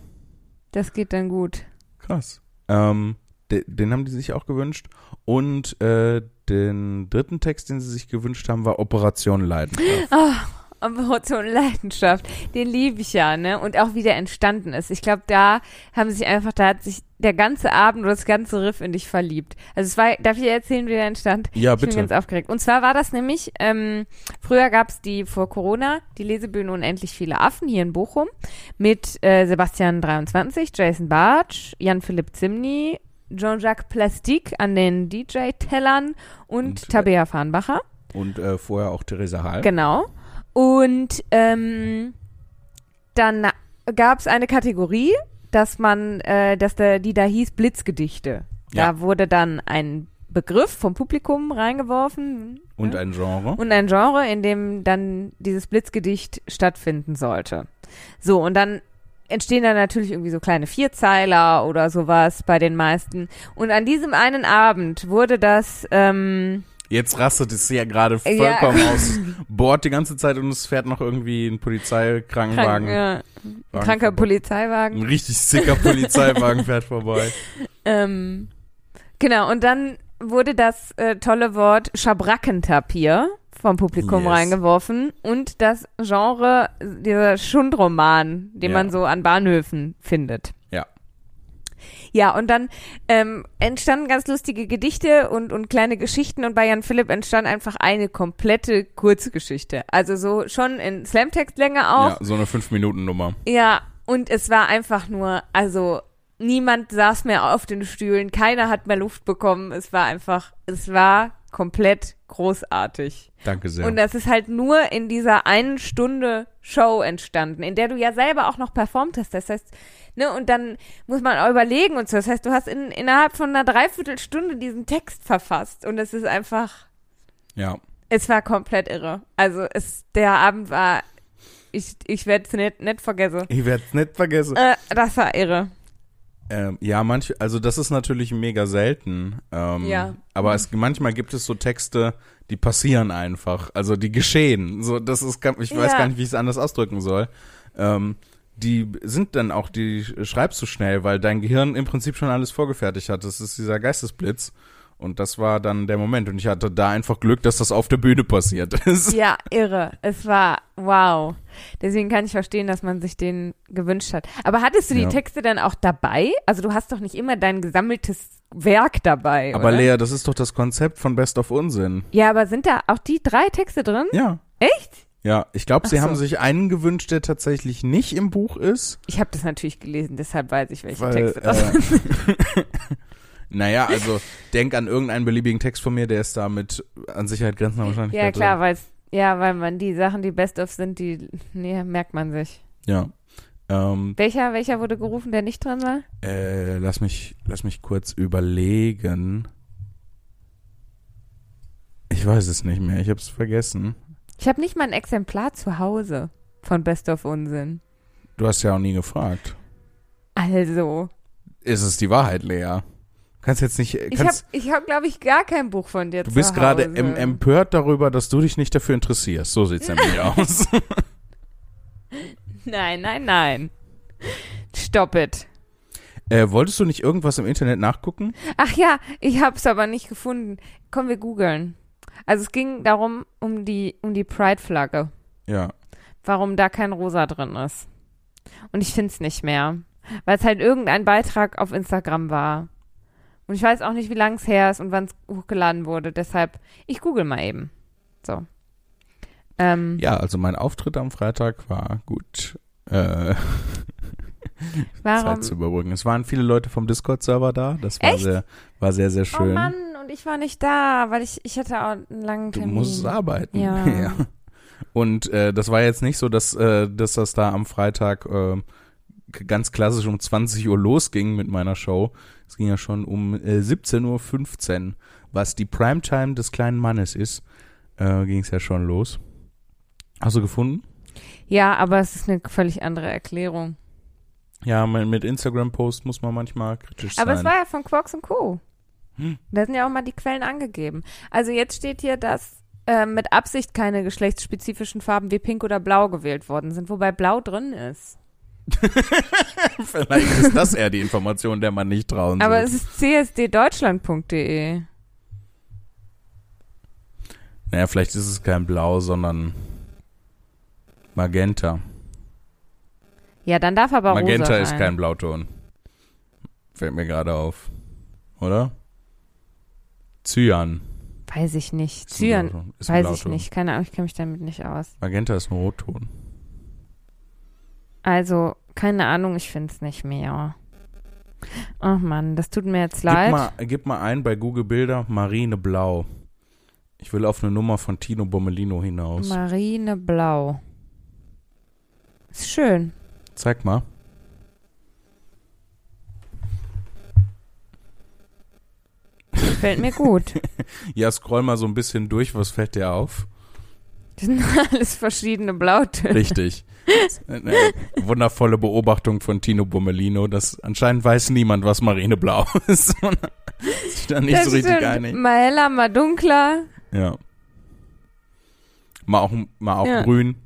Das geht dann gut. Krass. Ähm, de, den haben die sich auch gewünscht. Und äh, den dritten Text, den sie sich gewünscht haben, war Operation Leidenschaft. Ah, Operation Leidenschaft, den liebe ich ja, ne? Und auch wie der entstanden ist. Ich glaube, da haben sich einfach, da hat sich der ganze Abend oder das ganze Riff in dich verliebt. Also es war, darf ich dir erzählen, wie der entstand? Ja, Ich bin bitte. ganz aufgeregt. Und zwar war das nämlich, ähm, früher gab's die vor Corona, die Lesebühne Unendlich viele Affen hier in Bochum mit äh, Sebastian 23, Jason Bartsch, Jan-Philipp Zimny, Jean-Jacques Plastik an den DJ-Tellern und, Und, äh, Tabea Farnbacher. Und äh, vorher auch Theresa Hall. Genau. Und ähm, dann gab es eine Kategorie, dass man, äh, dass der, die da hieß Blitzgedichte. Ja. Da wurde dann ein Begriff vom Publikum reingeworfen Und ein Genre. und ein Genre, in dem dann dieses Blitzgedicht stattfinden sollte. So, und dann entstehen dann natürlich irgendwie so kleine Vierzeiler oder sowas bei den meisten. Und an diesem einen Abend wurde das, ähm, Jetzt rastet es ja gerade Ja. vollkommen aus. Bohrt die ganze Zeit und es fährt noch irgendwie ein Polizeikrankenwagen. krank, ja, Wagen kranker vorbei. Polizeiwagen. Ein richtig sicker Polizeiwagen fährt vorbei. Ähm, genau, und dann wurde das äh, tolle Wort Schabrackentapier vom Publikum Yes. reingeworfen und das Genre äh, dieser Schundroman, den Ja. man so an Bahnhöfen findet. Ja. Ja, und dann ähm, entstanden ganz lustige Gedichte und, und kleine Geschichten und bei Jan Philipp entstand einfach eine komplette Kurzgeschichte. Also so schon in Slamtextlänge auch, Ja, so eine 5-Minuten-Nummer. ja, und es war einfach nur, also niemand saß mehr auf den Stühlen, keiner hat mehr Luft bekommen. Es war einfach, es war komplett großartig. Danke sehr. Und das ist halt nur in dieser einen Stunde Show entstanden, in der du ja selber auch noch performt hast. Das heißt, ne, und dann muss man auch überlegen und so. Das heißt, du hast in, innerhalb von einer Dreiviertelstunde diesen Text verfasst und es ist einfach, ja. es war komplett irre. Also es, der Abend war, ich, ich werde es nicht, nicht vergessen. Ich werde es nicht vergessen. Äh, das war irre. Ähm, ja, manch, also das ist natürlich mega selten. Ähm, Ja. Aber es, manchmal gibt es so Texte, die passieren einfach. Also die geschehen. So, das ist, gar- ich weiß Ja. gar nicht, wie ich es anders ausdrücken soll. Ähm, die sind dann auch, die schreibst du schnell, weil dein Gehirn im Prinzip schon alles vorgefertigt hat. Das ist dieser Geistesblitz. Und das war dann der Moment. Und ich hatte da einfach Glück, dass das auf der Bühne passiert ist. Ja, irre. Es war wow. Deswegen kann ich verstehen, dass man sich den gewünscht hat. Aber hattest du die Ja. Texte dann auch dabei? Also du hast doch nicht immer dein gesammeltes Werk dabei. Aber oder? Lea, das ist doch das Konzept von Best of Unsinn. Ja, aber sind da auch die drei Texte drin? Ja. Echt? Ja, ich glaube, sie Ach so. haben sich einen gewünscht, der tatsächlich nicht im Buch ist. Ich habe das natürlich gelesen, deshalb weiß ich, welche Weil, Texte das sind. also. äh, naja, also denk an irgendeinen beliebigen Text von mir, der ist da mit an Sicherheit grenzender Wahrscheinlichkeit Ja, klar, weil ja, weil man die Sachen, die best of sind, die nee, merkt man sich. Drin. Ja. Ähm, Welcher, welcher wurde gerufen, der nicht drin war? äh, lass mich, lass mich kurz überlegen. Ich weiß es nicht mehr, ich hab's vergessen. Ich habe nicht mal ein Exemplar zu Hause von Best of Unsinn. Du hast ja auch nie gefragt. Also, Ist es die Wahrheit, Lea? Kannst jetzt nicht. äh, Ich habe, Kannst, ich hab, glaube ich, gar kein Buch von dir du bist zu gerade Hause. em- empört darüber, dass du dich nicht dafür interessierst. So sieht's nämlich aus. Nein, nein, nein. Stop it. Äh, wolltest du nicht irgendwas im Internet nachgucken? Ach ja, ich hab's aber nicht gefunden. Komm, wir googeln. Also es ging darum, um die, um die Pride-Flagge. Ja. warum da kein Rosa drin ist. Und ich find's nicht mehr, weil es halt irgendein Beitrag auf Instagram war. Und ich weiß auch nicht, wie lang es her ist und wann es hochgeladen wurde. Deshalb, ich google mal eben. So. Ähm, Ja, also mein Auftritt am Freitag war gut. Äh, Zeit zu halt warum? überbrücken. Es waren viele Leute vom Discord-Server da. Das war Echt? sehr, war sehr, sehr Oh schön. Mann, und ich war nicht da, weil ich, ich hatte auch einen langen Du Termin. musst arbeiten. Ja. Und äh, das war jetzt nicht so, dass, äh, dass das da am Freitag äh, k- ganz klassisch um 20 Uhr losging mit meiner Show. Es ging ja schon um äh, 17.15 Uhr, was die Primetime des kleinen Mannes ist, äh, ging es ja schon los. Hast du gefunden? Ja, aber es ist eine völlig andere Erklärung. Ja, mit, mit Instagram-Post muss man manchmal kritisch Aber es sein. war ja von Quarks und Co. Hm. Da sind ja auch mal die Quellen angegeben. Also jetzt steht hier, dass äh, mit Absicht keine geschlechtsspezifischen Farben wie Pink oder Blau gewählt worden sind, wobei Blau drin ist. Vielleicht ist das eher die Information, der man nicht trauen Aber soll. es ist csddeutschland.de. Naja, vielleicht ist es kein Blau, sondern Magenta. Ja, dann darf aber Magenta rosa ist rein. kein Blauton. Fällt mir gerade auf. Oder? Cyan. Weiß ich nicht. ist ein Zyan Blauton. Ist ein weiß ich Blauton. nicht. Keine Ahnung, ich kenne mich damit nicht aus. Magenta ist ein Rotton. Also, keine Ahnung, ich finde es nicht mehr. Ach Mann, das tut mir jetzt Gib leid. mal, gib mal ein bei Google Bilder Marine Blau. Ich will auf eine Nummer von Tino Bommelino hinaus. Marineblau. Ist schön. Zeig mal. Fällt mir gut. Ja, scroll mal so ein bisschen durch. Was fällt dir auf? Das sind alles verschiedene Blautöne. Richtig. Eine wundervolle Beobachtung von Tino Bommelino. Das anscheinend weiß niemand, was Marine Blau ist. Sich da nicht das so richtig stimmt. einig. Mal heller, mal dunkler. Ja. Mal auch, mal auch Ja. grün.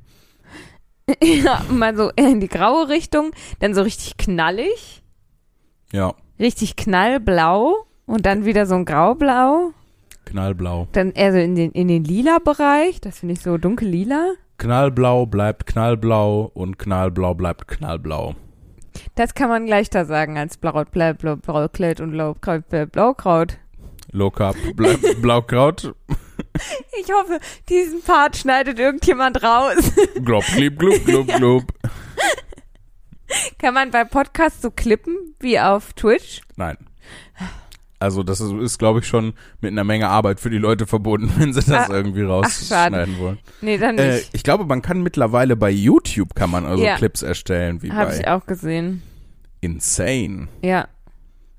Ja, mal so eher in die graue Richtung. Dann so richtig knallig. Ja, Richtig knallblau. Und dann wieder so ein graublau. knallblau. Dann eher so in den, in den lila Bereich. Das finde ich so dunkel lila. Knallblau bleibt knallblau und knallblau bleibt knallblau. Das kann man leichter sagen als Blaut, Blau, Blau, Blaukraut und Blaukraut, Blau- Blaukraut. Low Carb bleibt Blaukraut. Ich hoffe, diesen Part schneidet irgendjemand raus. Glob, glib, glub, glub, glub. kann man bei Podcasts so klippen wie auf Twitch? Nein. Also das ist, ist glaube ich, schon mit einer Menge Arbeit für die Leute verbunden, wenn sie das Ah, irgendwie schade. rausschneiden wollen. Nee, dann Äh, nicht. ich glaube, man kann mittlerweile bei YouTube kann man also Ja. Clips erstellen, wie Habe bei ich auch gesehen. Insane. Ja.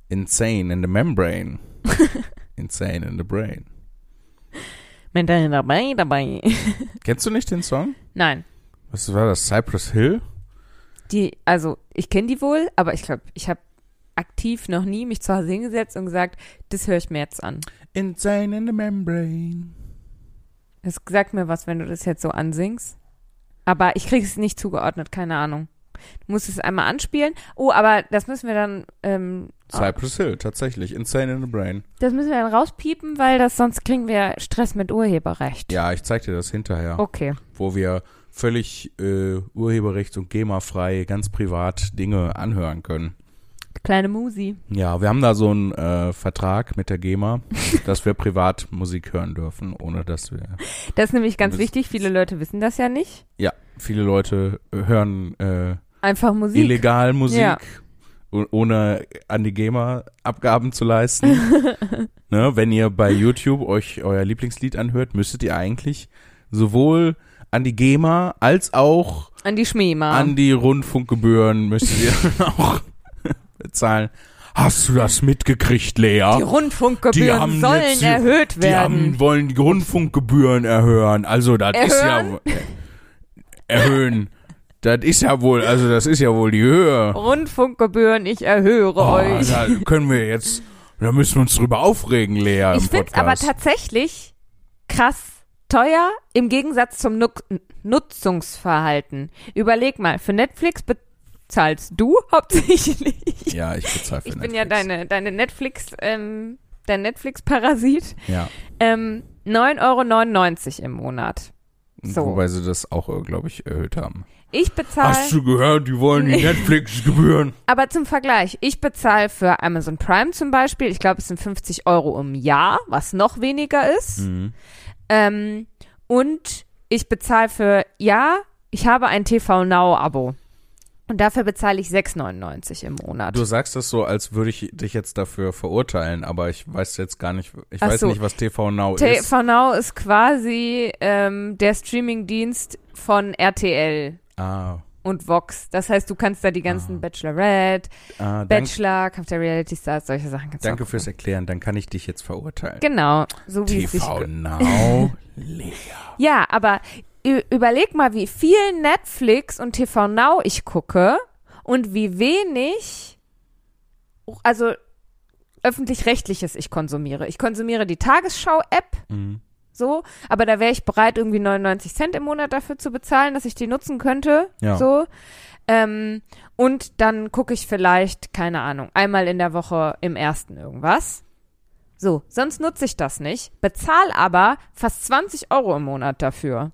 Insane in the membrane. Insane in the brain. Mit dahin dabei, dabei. Kennst du nicht den Song? Nein. Was war das? Cypress Hill? Die, also, ich kenne die wohl, aber ich glaube, ich habe aktiv noch nie mich zu Hause hingesetzt und gesagt, das höre ich mir jetzt an. Insane in the Membrane. Es sagt mir was, wenn du das jetzt so ansingst. Aber ich kriege es nicht zugeordnet, keine Ahnung. Du musst es einmal anspielen. Oh, aber das müssen wir dann, ähm, Cypress Hill, tatsächlich. Insane in the Brain. das müssen wir dann rauspiepen, weil das sonst kriegen wir Stress mit Urheberrecht. Ja, ich zeig dir das hinterher, Okay. wo wir völlig äh, urheberrechts- und GEMA-frei, ganz privat Dinge anhören können. Kleine Musi. Ja, wir haben da so einen äh, Vertrag mit der GEMA, dass wir privat Musik hören dürfen, ohne dass wir Das ist nämlich ganz Das- wichtig. Viele Leute wissen das ja nicht. Ja, viele Leute äh, hören äh, Einfach Musik. illegal Musik, Ja. o- ohne an die GEMA Abgaben zu leisten. ne, wenn ihr bei YouTube euch euer Lieblingslied anhört, müsstet ihr eigentlich sowohl an die GEMA als auch An die Schmema. an die Rundfunkgebühren müsstet ihr auch bezahlen. Hast du das mitgekriegt, Die Lea? Die Rundfunkgebühren haben sollen jetzt- erhöht Die werden. haben, wollen die Rundfunkgebühren erhöhen. Also das ist ja erhöhen. Das ist ja wohl, also das ist ja wohl die Höhe. Rundfunkgebühren, ich erhöre Oh, euch. da können wir jetzt Da müssen wir uns drüber aufregen, Lea. Ich im finde es aber Podcast. tatsächlich krass teuer im Gegensatz zum Nuck- Nutzungsverhalten. Überleg mal, für Netflix bezahlst du hauptsächlich. Ja, ich bezahle für Ich bin ja Netflix. deine, deine Netflix, ähm, dein Netflix-Parasit. Ja. Ähm, 9,99 Euro im Monat. So. Wobei sie das auch, glaube ich, erhöht haben. Ich Hast bezahle, du gehört, die wollen die Netflix-Gebühren. aber zum Vergleich, ich bezahle für Amazon Prime zum Beispiel, ich glaube, es sind 50 Euro im Jahr, was noch weniger Mhm. ist. Ähm, und ich bezahle für, ja, ich habe ein TV Now-Abo. Und dafür bezahle ich 6,99 im Monat. Du sagst das so, als würde ich dich jetzt dafür verurteilen, aber ich weiß jetzt gar nicht, ich Ach weiß so. nicht, was TV Now ist. TV Now ist quasi ähm, der Streamingdienst von RTL Ah, und Vox. Das heißt, du kannst da die ganzen Ah. Bachelorette, ah danke, Bachelor, Kampf der Reality Stars, solche Sachen kannst danke du. auch fürs Erklären, dann kann ich dich jetzt verurteilen. gucken. Genau, so wie es sich. TV Now, Lea. Ja, aber ü- überleg mal, wie viel Netflix und TV Now ich gucke und wie wenig, also öffentlich-rechtliches ich konsumiere. Ich konsumiere die Tagesschau-App, Mhm. so, aber da wäre ich bereit, irgendwie 99 Cent im Monat dafür zu bezahlen, dass ich die nutzen könnte, Ja. so. Ähm, und dann gucke ich vielleicht, keine Ahnung, einmal in der Woche im ersten irgendwas. So, sonst nutze ich das nicht, bezahle aber fast 20 Euro im Monat dafür.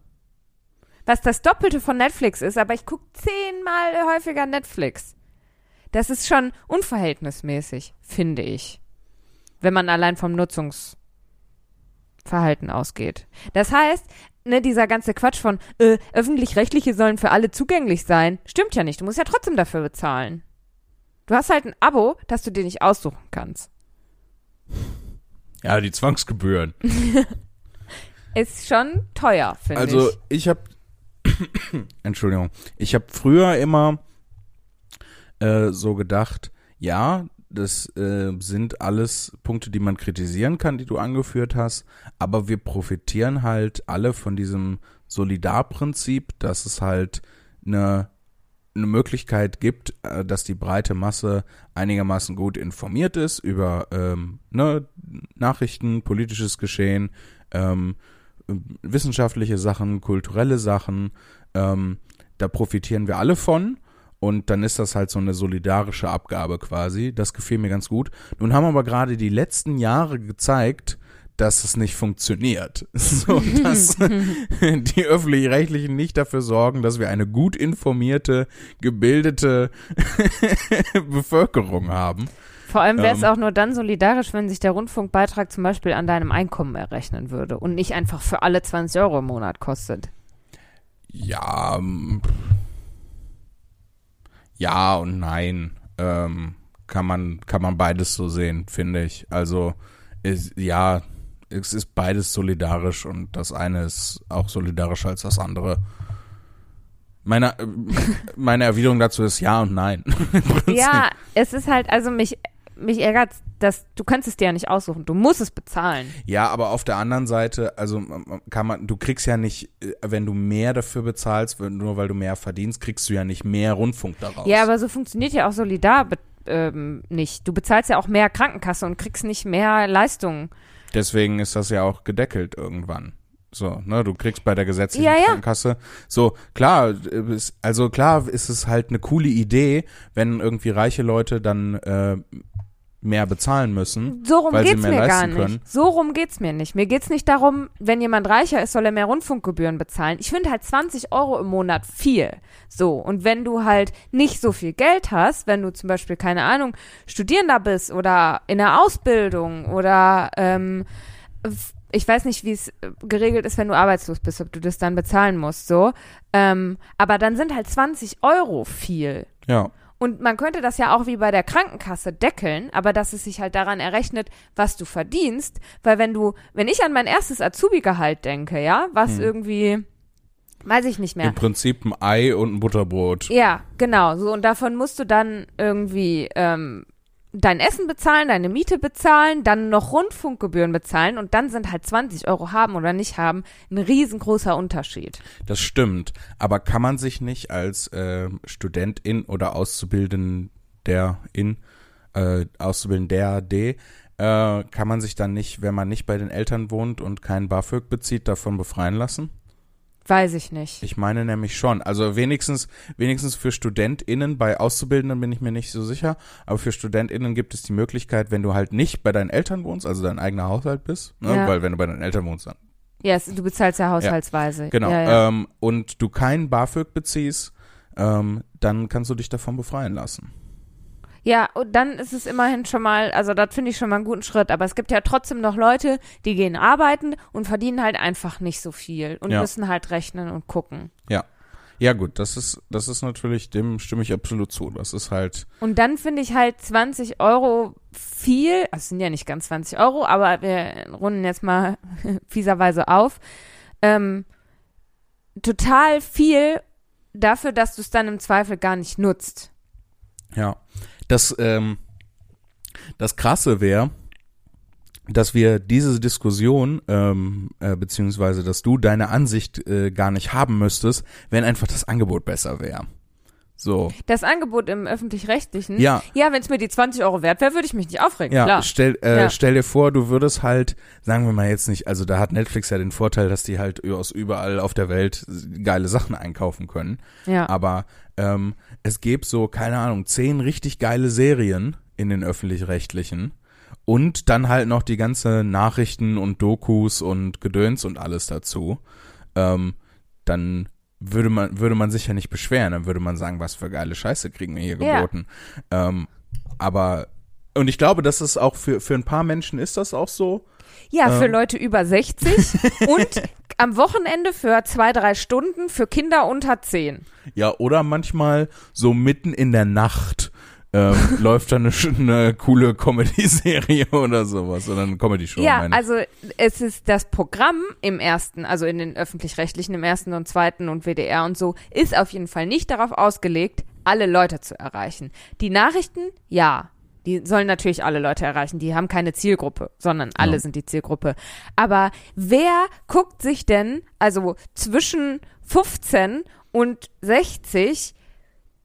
Was das Doppelte von Netflix ist, aber ich gucke zehnmal häufiger Netflix. Das ist schon unverhältnismäßig, finde ich. Wenn man allein vom Nutzungsverhalten ausgeht. Das heißt, ne, dieser ganze Quatsch von äh, öffentlich-rechtliche sollen für alle zugänglich sein, stimmt ja nicht. Du musst ja trotzdem dafür bezahlen. Du hast halt ein Abo, das du dir nicht aussuchen kannst. Ja, die Zwangsgebühren. Ist schon teuer, finde Also ich. ich habe, Entschuldigung, ich habe früher immer äh, so gedacht, ja, das äh, sind alles Punkte, die man kritisieren kann, die du angeführt hast, aber wir profitieren halt alle von diesem Solidarprinzip, dass es halt eine eine Möglichkeit gibt, äh, dass die breite Masse einigermaßen gut informiert ist über ähm, ne, Nachrichten, politisches Geschehen, ähm, wissenschaftliche Sachen, kulturelle Sachen, ähm, da profitieren wir alle von. Und dann ist das halt so eine solidarische Abgabe quasi. Das gefiel mir ganz gut. Nun haben aber gerade die letzten Jahre gezeigt, dass es nicht funktioniert. So, dass die Öffentlich-Rechtlichen nicht dafür sorgen, dass wir eine gut informierte, gebildete Bevölkerung haben. Vor allem wäre es ähm, auch nur dann solidarisch, wenn sich der Rundfunkbeitrag zum Beispiel an deinem Einkommen errechnen würde und nicht einfach für alle 20 Euro im Monat kostet. Ja, ähm, ja und nein. Ähm, kann man kann man beides so sehen, finde ich. Also ist, ja, es ist beides solidarisch und das eine ist auch solidarischer als das andere. Meine, äh, meine Erwiderung dazu ist ja und nein. Im Prinzip. Ja, es ist halt, also mich, mich ärgert, dass du kannst es dir ja nicht aussuchen. Du musst es bezahlen. Ja, aber auf der anderen Seite, also man- man- kann man, du kriegst ja nicht, äh, wenn du mehr dafür bezahlst, wenn- nur weil du mehr verdienst, kriegst du ja nicht mehr Rundfunk daraus. Ja, aber so funktioniert ja auch Solidar be- ähm, nicht. Du bezahlst ja auch mehr Krankenkasse und kriegst nicht mehr Leistungen. Deswegen ist das ja auch gedeckelt irgendwann. So, ne, du kriegst bei der gesetzlichen Ja, ja. Krankenkasse. So, klar, äh, ist- also klar ist es halt eine coole Idee, wenn irgendwie reiche Leute dann äh, mehr bezahlen müssen. So rum Weil sie geht's mehr mir gar leisten nicht. können. So rum geht's mir nicht. Mir geht's nicht darum, wenn jemand reicher ist, soll er mehr Rundfunkgebühren bezahlen. Ich finde halt 20 Euro im Monat viel. So. Und wenn du halt nicht so viel Geld hast, wenn du zum Beispiel, keine Ahnung, Studierender bist oder in der Ausbildung oder, ähm, f- ich weiß nicht, wie es äh, geregelt ist, wenn du arbeitslos bist, ob du das dann bezahlen musst, so. Ähm, aber dann sind halt 20 Euro viel. Ja. Und man könnte das ja auch wie bei der Krankenkasse deckeln, aber dass es sich halt daran errechnet, was du verdienst, weil wenn du, wenn ich an mein erstes Azubi-Gehalt denke, ja, was irgendwie, weiß ich nicht mehr. Im Prinzip ein Ei und ein Butterbrot. Ja, genau, so, und davon musst du dann irgendwie, ähm, dein Essen bezahlen, deine Miete bezahlen, dann noch Rundfunkgebühren bezahlen und dann sind halt 20 Euro haben oder nicht haben ein riesengroßer Unterschied. Das stimmt. Aber kann man sich nicht als ähm, Studentin oder Auszubildender in äh, Auszubildender D Äh, kann man sich dann nicht, wenn man nicht bei den Eltern wohnt und keinen BAföG bezieht, davon befreien lassen? Weiß ich nicht. Ich meine nämlich schon. Also wenigstens, wenigstens für StudentInnen, bei Auszubildenden bin ich mir nicht so sicher, aber für StudentInnen gibt es die Möglichkeit, wenn du halt nicht bei deinen Eltern wohnst, also dein eigener Haushalt bist, ne? Ja. weil wenn du bei deinen Eltern wohnst, dann Ja, es, du bezahlst ja haushaltsweise. Genau. Ja, ja. Ähm, und du keinen BAföG beziehst, ähm, dann kannst du dich davon befreien lassen. ja, und dann ist es immerhin schon mal, also das finde ich schon mal einen guten Schritt. Aber es gibt ja trotzdem noch Leute, die gehen arbeiten und verdienen halt einfach nicht so viel und Ja. müssen halt rechnen und gucken. Ja gut, das ist das ist natürlich dem stimme ich absolut zu. Das ist halt Und dann finde ich halt 20 Euro viel, also es sind ja nicht ganz 20 Euro, aber wir runden jetzt mal fieserweise auf, ähm, total viel dafür, dass du es dann im Zweifel gar nicht nutzt. ja das ähm, das Krasse wäre, dass wir diese Diskussion ähm, äh, beziehungsweise dass du deine Ansicht äh, gar nicht haben müsstest, wenn einfach das Angebot besser wäre. So Das Angebot im öffentlich-rechtlichen, ja. ja wenn es mir die 20 Euro wert wäre, würde ich mich nicht aufregen, Ja, klar. Stell, äh, Ja. stell dir vor, du würdest halt, sagen wir mal jetzt nicht, also da hat Netflix ja den Vorteil, dass die halt aus überall auf der Welt geile Sachen einkaufen können. Ja. Aber ähm, es gäbe so, keine Ahnung, zehn richtig geile Serien in den öffentlich-rechtlichen. Und dann halt noch die ganze Nachrichten und Dokus und Gedöns und alles dazu. Ähm, dann würde man, würde man sich ja nicht beschweren. Dann würde man sagen, was für geile Scheiße kriegen wir hier Ja. geboten. Ähm, aber, und ich glaube, das ist auch für, für ein paar Menschen ist das auch so. Ja, für Ähm. Leute über 60 und am Wochenende für zwei, drei Stunden für Kinder unter 10. Ja, oder manchmal so mitten in der Nacht ähm, läuft dann eine, sch- eine coole Comedy-Serie oder sowas oder eine Comedy-Show. Ja, meine ich. also es ist das Programm im ersten, also in den öffentlich-rechtlichen, im ersten und zweiten und WDR und so, ist auf jeden Fall nicht darauf ausgelegt, alle Leute zu erreichen. Die Nachrichten, ja, die sollen natürlich alle Leute erreichen. Die haben keine Zielgruppe, sondern alle Ja. sind die Zielgruppe. Aber wer guckt sich denn, also zwischen 15 und 60,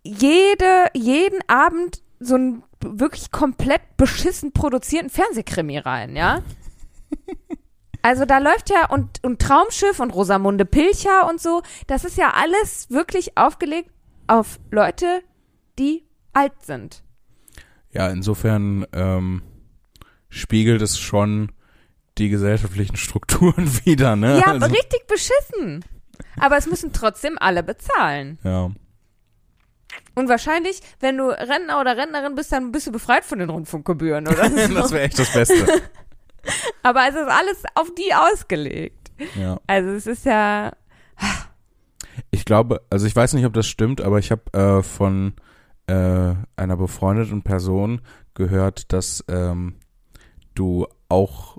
jede, jeden Abend so einen wirklich komplett beschissen produzierten Fernsehkrimi rein, ja? Also da läuft ja und, und Traumschiff und Rosamunde Pilcher und so, das ist ja alles wirklich aufgelegt auf Leute, die alt sind. ja, insofern ähm, spiegelt es schon die gesellschaftlichen Strukturen wieder, ne? Ja, also, richtig beschissen. Aber es müssen trotzdem alle bezahlen. ja. Und wahrscheinlich, wenn du Rentner oder Rentnerin bist, dann bist du befreit von den Rundfunkgebühren, oder? das wäre echt das Beste. Aber es ist alles auf die ausgelegt. Ja. Also es ist ja, Ich glaube, also ich weiß nicht, ob das stimmt, aber ich habe äh, von äh, einer befreundeten Person gehört, dass ähm, du auch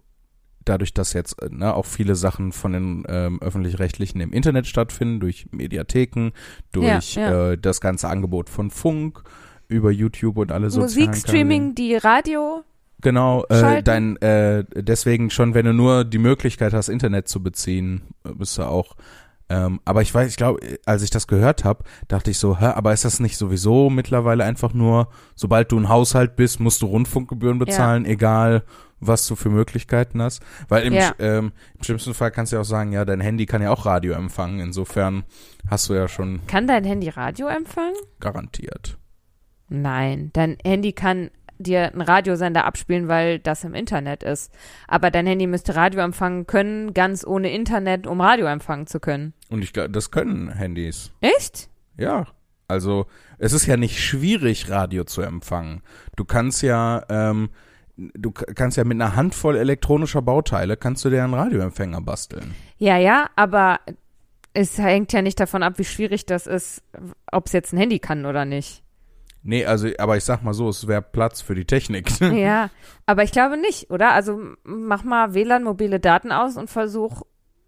dadurch, dass jetzt äh, ne, auch viele Sachen von den ähm, öffentlich-rechtlichen im Internet stattfinden, durch Mediatheken, durch Ja, ja. Äh, das ganze Angebot von Funk über YouTube und alle sozialen Kanäle. Musikstreaming, die Radio. Genau, äh, schalten. dein, äh, deswegen schon, wenn du nur die Möglichkeit hast, Internet zu beziehen, äh, bist du auch. Ähm, aber ich weiß, ich glaube, als ich das gehört habe, dachte ich so, hä, aber ist das nicht sowieso mittlerweile einfach nur, sobald du ein Haushalt bist, musst du Rundfunkgebühren bezahlen, egal was du für Möglichkeiten hast? Weil im, Ja. sch- ähm, im schlimmsten Fall kannst du ja auch sagen, ja, dein Handy kann ja auch Radio empfangen, insofern hast du ja schon Kann dein Handy Radio empfangen? garantiert. Nein, dein Handy kann dir einen Radiosender abspielen, weil das im Internet ist. Aber dein Handy müsste Radio empfangen können, ganz ohne Internet, um Radio empfangen zu können. Und ich glaube, das können Handys. Echt? Ja. Also es ist ja nicht schwierig, Radio zu empfangen. Du kannst ja, ähm, du k- kannst ja mit einer Handvoll elektronischer Bauteile kannst du dir einen Radioempfänger basteln. Ja, ja, aber es hängt ja nicht davon ab, wie schwierig das ist, ob es jetzt ein Handy kann oder nicht. Nee, also, aber ich sag mal so, es wäre Platz für die Technik. ja, aber ich glaube nicht, oder? Also mach mal WLAN mobile Daten aus und versuch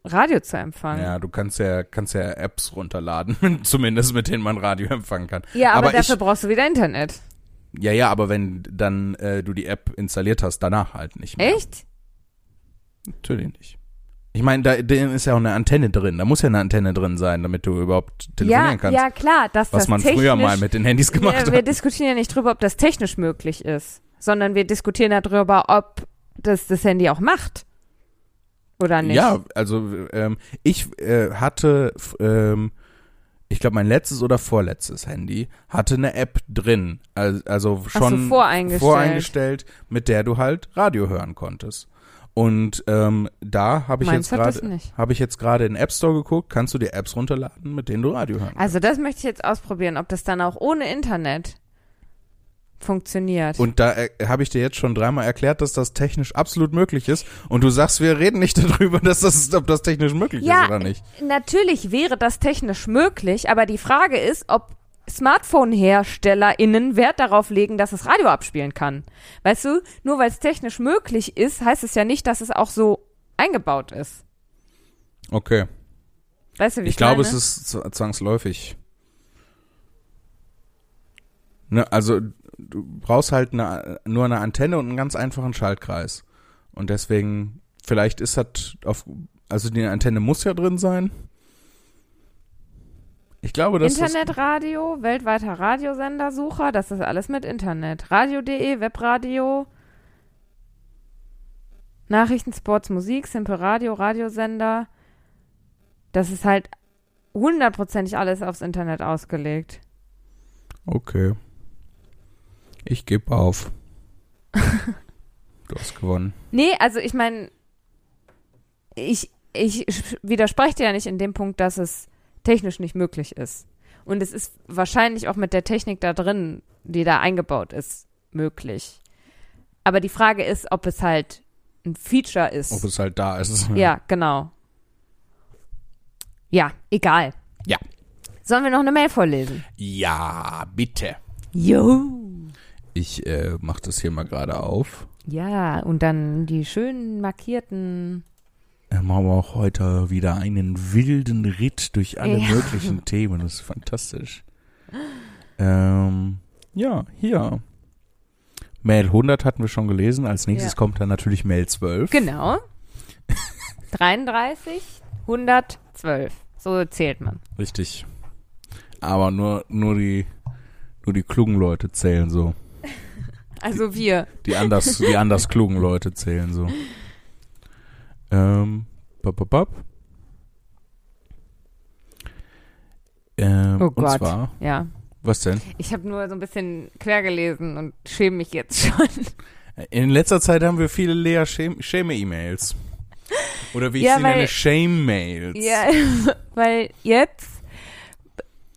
Radio zu empfangen. Ja, du kannst ja, kannst ja Apps runterladen, zumindest mit denen man Radio empfangen kann. Ja, aber, Aber dafür ich- brauchst du wieder Internet. Ja, ja, aber wenn dann äh, du die App installiert hast, danach halt nicht mehr. Echt? Natürlich nicht. Ich meine, da denen ist ja auch eine Antenne drin. Da muss ja eine Antenne drin sein, damit du überhaupt telefonieren ja, kannst. ja, klar, dass was das man früher mal technisch- mit den Handys gemacht wir, wir hat. diskutieren ja nicht drüber, ob das technisch möglich ist, sondern wir diskutieren darüber, ob das das Handy auch macht. Oder nicht? Ja, also ähm, ich äh, hatte, f- ähm, ich glaube, mein letztes oder vorletztes Handy hatte eine App drin, also, also schon so, voreingestellt. voreingestellt, mit der du halt Radio hören konntest. Und ähm, da habe ich, Meins jetzt hat das gerade, nicht. habe ich jetzt gerade in den App Store geguckt, kannst du dir Apps runterladen, mit denen du Radio hören kannst. Also das möchte ich jetzt ausprobieren, ob das dann auch ohne Internet funktioniert. Und da äh, habe ich dir jetzt schon dreimal erklärt, dass das technisch absolut möglich ist. Und du sagst, wir reden nicht darüber, dass das, ob das technisch möglich ja, ist oder nicht. natürlich wäre das technisch möglich, aber die Frage ist, ob Smartphone-HerstellerInnen Wert darauf legen, dass es Radio abspielen kann. Weißt du, nur weil es technisch möglich ist, heißt es ja nicht, dass es auch so eingebaut ist. Okay. Weißt du, wie Ich glaube, meine? es ist z- zwangsläufig. Ne, also du brauchst halt eine, nur eine Antenne und einen ganz einfachen Schaltkreis. Und deswegen, vielleicht ist das auf, also die Antenne muss ja drin sein. Ich glaube, dass das Internetradio, weltweiter Radiosendersucher, das ist alles mit Internet. Radio.de, Webradio, Nachrichten, Sports, Musik, Simple Radio, Radiosender. Das ist halt hundertprozentig alles aufs Internet ausgelegt. Okay. Ich gebe auf. du hast gewonnen. Nee, also ich meine, ich, ich sch- widerspreche dir ja nicht in dem Punkt, dass es technisch nicht möglich ist. Und es ist wahrscheinlich auch mit der Technik da drin, die da eingebaut ist, möglich. Aber die Frage ist, ob es halt ein Feature ist. Ob es halt da ist. ja, genau. Ja, egal. Ja. Sollen wir noch eine Mail vorlesen? Ja, bitte. Jo. Ich äh, mach das hier mal gerade auf. Ja, und dann die schönen markierten. Dann machen wir auch heute wieder einen wilden Ritt durch alle Ja. möglichen Themen. Das ist fantastisch. Ähm, ja, hier. Mail 100 hatten wir schon gelesen. Als nächstes Ja. kommt dann natürlich Mail 12. Genau. 33, 112. So zählt man. Richtig. Aber nur, nur, die, nur die klugen Leute zählen so. Also wir. Die anders, die anders klugen Leute zählen so. Ähm, bap, bap, bap. Ähm, Oh Und Gott. zwar, Ja. was denn? Ich habe nur so ein bisschen quer gelesen und schäme mich jetzt schon. In letzter Zeit haben wir viele Lea Schäm- Schäme-E-Mails. Oder wie ich Ja, sie weil- nenne, Shame-Mails. ja, weil jetzt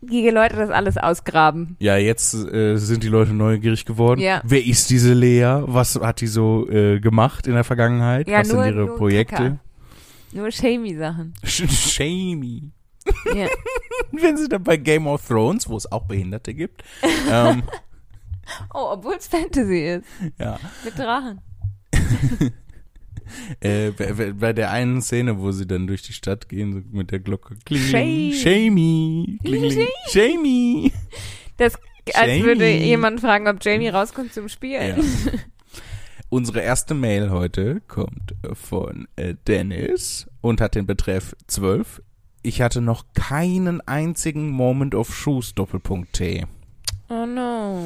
die Leute das alles ausgraben. Ja, jetzt äh, sind die Leute neugierig geworden. Ja. Wer ist diese Lea? Was hat die so äh, gemacht in der Vergangenheit? Ja, Was nur- sind ihre nur Projekte? Kacker. Nur shamey Sachen. Sch- Shamey. Ja. Wenn sie dann bei Game of Thrones, wo es auch Behinderte gibt. ähm, Oh, obwohl es Fantasy ist. ja. Mit Drachen. Äh, bei, bei- bei der einen Szene, wo sie dann durch die Stadt gehen so mit der Glocke. Shame. Klingling. Shamey. Klingling. Shamey. Das, als Jamie. würde jemand fragen, ob Jamie rauskommt zum Ja. Spielen. Unsere erste Mail heute kommt von äh, Dennis und hat den Betreff 12. Ich hatte noch keinen einzigen Moment of Shoes Doppelpunkt T. Oh no.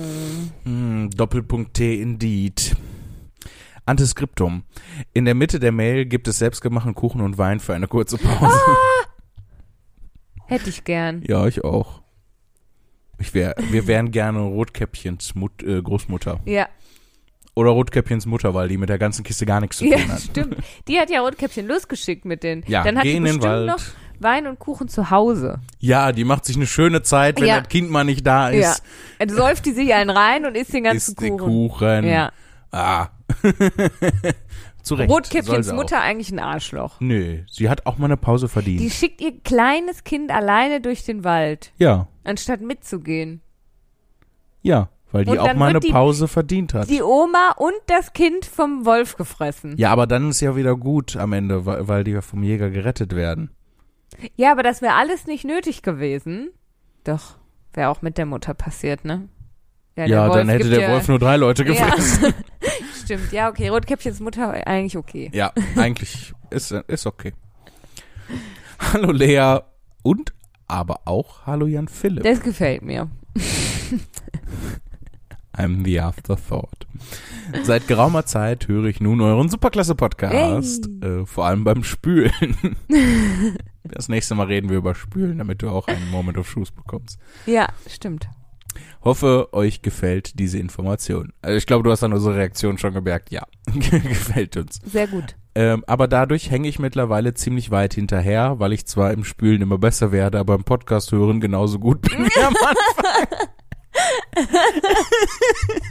Hm, Doppelpunkt T indeed. Antiskriptum. In der Mitte der Mail gibt es selbstgemachten Kuchen und Wein für eine kurze Pause. Hätte ich gern. Ja, ich auch. Ich wär, wir wären gerne Rotkäppchens Mut, äh, Großmutter. Ja, Oder Rotkäppchens Mutter, weil die mit der ganzen Kiste gar nichts zu tun ja hat. stimmt. Die hat ja Rotkäppchen losgeschickt mit den. Ja, Dann hat geh die in den bestimmt Wald. noch Wein und Kuchen zu Hause. Ja, die macht sich eine schöne Zeit, wenn Ja. das Kind mal nicht da ist. ja. Dann säuft die sich einen rein und isst den ganzen ist die Kuchen. Kuchen. Ja. Ah. Zu Recht. soll Rotkäppchens sie auch. Mutter eigentlich ein Arschloch. Nö, sie hat auch mal eine Pause verdient. Die schickt ihr kleines Kind alleine durch den Wald, ja, anstatt mitzugehen. ja, weil die Und auch dann mal wird eine die- Pause verdient hat. Die Oma und das Kind vom Wolf gefressen. Ja, aber dann ist ja wieder gut am Ende, weil, weil die ja vom Jäger gerettet werden. Ja, aber das wäre alles nicht nötig gewesen. Doch, wäre auch mit der Mutter passiert, ne? der Ja, Wolf dann hätte gibt der ja- Wolf nur drei Leute Ja. gefressen. Stimmt, ja, okay. Rotkäppchens Mutter eigentlich okay. Ja, eigentlich ist, ist okay. Hallo Lea und aber auch hallo Jan Philipp. Das gefällt mir. I'm the afterthought. Seit geraumer Zeit höre ich nun euren Superklasse-Podcast. Äh, vor allem beim Spülen. das nächste Mal reden wir über Spülen, damit du auch einen Moment of Shoes bekommst. Ja, stimmt. Hoffe, euch gefällt diese Information. Also ich glaube, du hast an unserer Reaktion schon gemerkt, ja, gefällt uns. Sehr gut. Ähm, aber dadurch hänge ich mittlerweile ziemlich weit hinterher, weil ich zwar im Spülen immer besser werde, aber im Podcast hören genauso gut bin wie am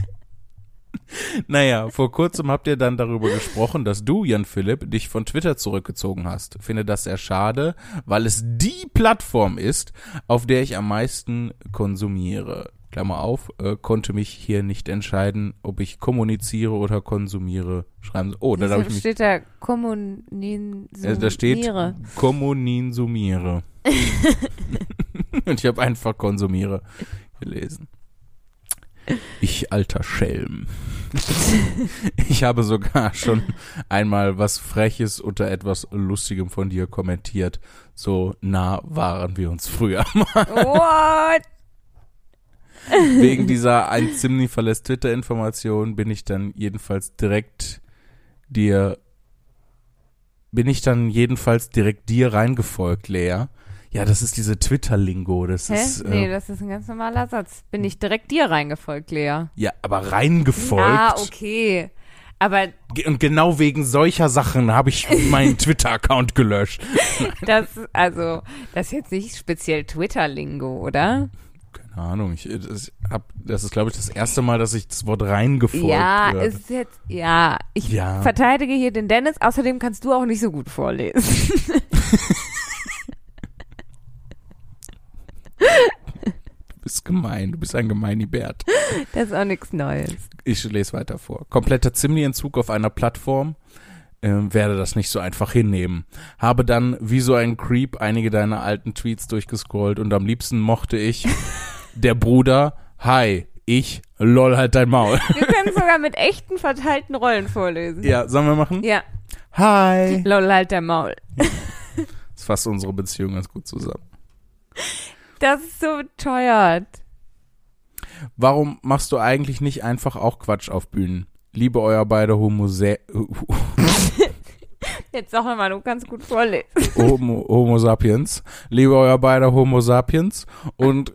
Anfang. naja, vor kurzem habt ihr dann darüber gesprochen, dass du, Jan Philipp, dich von Twitter zurückgezogen hast. Finde das sehr schade, weil es die Plattform ist, auf der ich am meisten konsumiere. Klammer auf, äh, konnte mich hier nicht entscheiden, ob ich kommuniziere oder konsumiere. Schreiben Sie. Oh, da habe ich mich. steht da Kommunin Äh, da steht Kommoninsumiere. Und ich habe einfach konsumiere gelesen. Ich alter Schelm. ich habe sogar schon einmal was Freches unter etwas Lustigem von dir kommentiert. So nah waren wir uns früher. What? Wegen dieser ein Zimni verlässt Twitter-Information bin ich dann jedenfalls direkt dir bin ich dann jedenfalls direkt dir reingefolgt, Lea. Ja, das ist diese Twitter-Lingo. Das Hä? ist nee, äh, das ist ein ganz normaler Satz. Bin ich direkt dir reingefolgt, Lea. ja, aber reingefolgt. Ah, okay. Aber Ge- Und genau wegen solcher Sachen habe ich meinen Twitter-Account gelöscht. das, also, das ist jetzt nicht speziell Twitter-Lingo, oder? Keine Ahnung. Ich, äh, das, hab, das ist, glaube ich, das erste Mal, dass ich das Wort reingefolgt ja, höre. ist jetzt, ja. Ich Ja. verteidige hier den Dennis. Außerdem kannst du auch nicht so gut vorlesen. du bist gemein. Du bist ein Gemeinibert. Das ist auch nichts Neues. Ich lese weiter vor. Kompletter Zimni-Entzug auf einer Plattform. Ähm, werde das nicht so einfach hinnehmen. Habe dann wie so ein Creep einige deiner alten Tweets durchgescrollt und am liebsten mochte ich der Bruder, hi, ich, lol halt dein Maul. Wir können sogar mit echten verteilten Rollen vorlesen. ja, sollen wir machen? Ja, Hi. lol, halt der Maul. Das fasst unsere Beziehung ganz gut zusammen. Das ist so teuert. Warum machst du eigentlich nicht einfach auch Quatsch auf Bühnen? Liebe euer beide Homose Jetzt sag mal, du kannst gut vorlesen. Homo, Homo sapiens. Liebe euer beider Homo sapiens. Und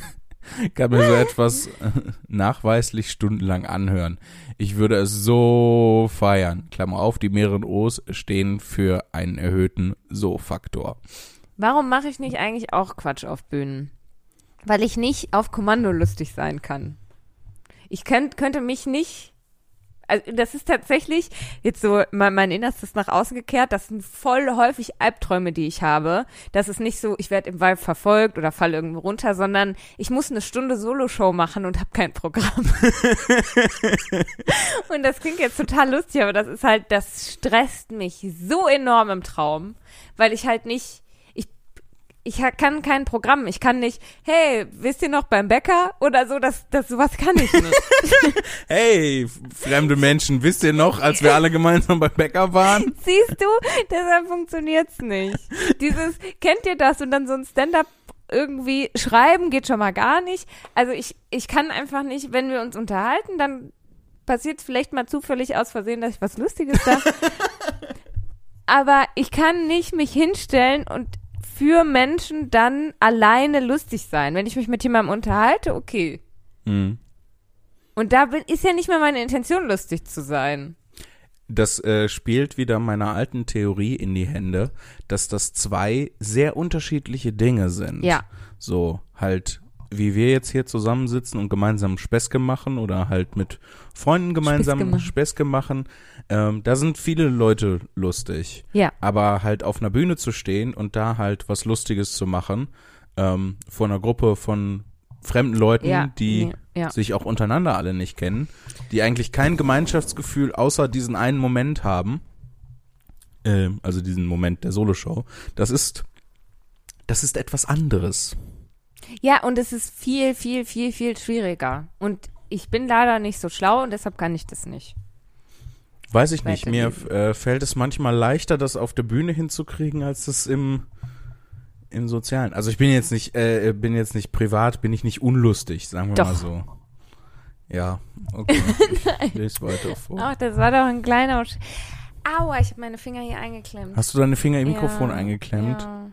kann mir so etwas äh, nachweislich stundenlang anhören. Ich würde es so feiern. Klammer auf, die mehreren O's stehen für einen erhöhten So-Faktor. Warum mache ich nicht eigentlich auch Quatsch auf Bühnen? Weil ich nicht auf Kommando lustig sein kann. Ich könnt, könnte mich nicht. Also das ist tatsächlich jetzt so mein, mein Innerstes nach außen gekehrt. Das sind voll häufig Albträume, die ich habe. Das ist nicht so, ich werde im Wald verfolgt oder fall irgendwo runter, sondern ich muss eine Stunde Soloshow machen und habe kein Programm. und das klingt jetzt total lustig, aber das ist halt, das stresst mich so enorm im Traum, weil ich halt nicht ich ha- kann kein Programm, ich kann nicht, hey, wisst ihr noch beim Bäcker oder so, das, das sowas kann ich nicht. Hey, f- fremde Menschen, wisst ihr noch, als wir alle gemeinsam beim Bäcker waren? Siehst du, deshalb funktioniert's nicht. Dieses, kennt ihr das und dann so ein Stand-up irgendwie schreiben geht schon mal gar nicht. Also ich, ich kann einfach nicht, wenn wir uns unterhalten, dann passiert vielleicht mal zufällig aus Versehen, dass ich was Lustiges sage. Aber ich kann nicht mich hinstellen und für Menschen dann alleine lustig sein. Wenn ich mich mit jemandem unterhalte, okay. Hm. Und da bin, ist ja nicht mehr meine Intention, lustig zu sein. Das äh, spielt wieder meiner alten Theorie in die Hände, dass das zwei sehr unterschiedliche Dinge sind. Ja. So, halt, wie wir jetzt hier zusammensitzen und gemeinsam Späßke machen oder halt mit Freunden gemeinsam Späßke machen. Späßke machen. Ähm, da sind viele Leute lustig. Ja. Aber halt auf einer Bühne zu stehen und da halt was Lustiges zu machen, ähm, vor einer Gruppe von fremden Leuten, Ja, die nee, ja. sich auch untereinander alle nicht kennen, die eigentlich kein Gemeinschaftsgefühl außer diesen einen Moment haben, ähm, also diesen Moment der Soloshow, das ist, das ist etwas anderes. Ja, und es ist viel, viel, viel, viel schwieriger. Und ich bin leider nicht so schlau und deshalb kann ich das nicht. Weiß ich nicht, mir Weitergeben. äh, fällt es manchmal leichter, das auf der Bühne hinzukriegen, als das im im Sozialen. Also ich bin jetzt nicht, äh, bin jetzt nicht privat, bin ich nicht unlustig, sagen wir Doch. mal so. Ja, okay. Ich lese weiter vor. Ach, das war doch ein kleiner. Sch Aua, ich habe meine Finger hier eingeklemmt. Hast du deine Finger im Ja, Mikrofon eingeklemmt? Ja.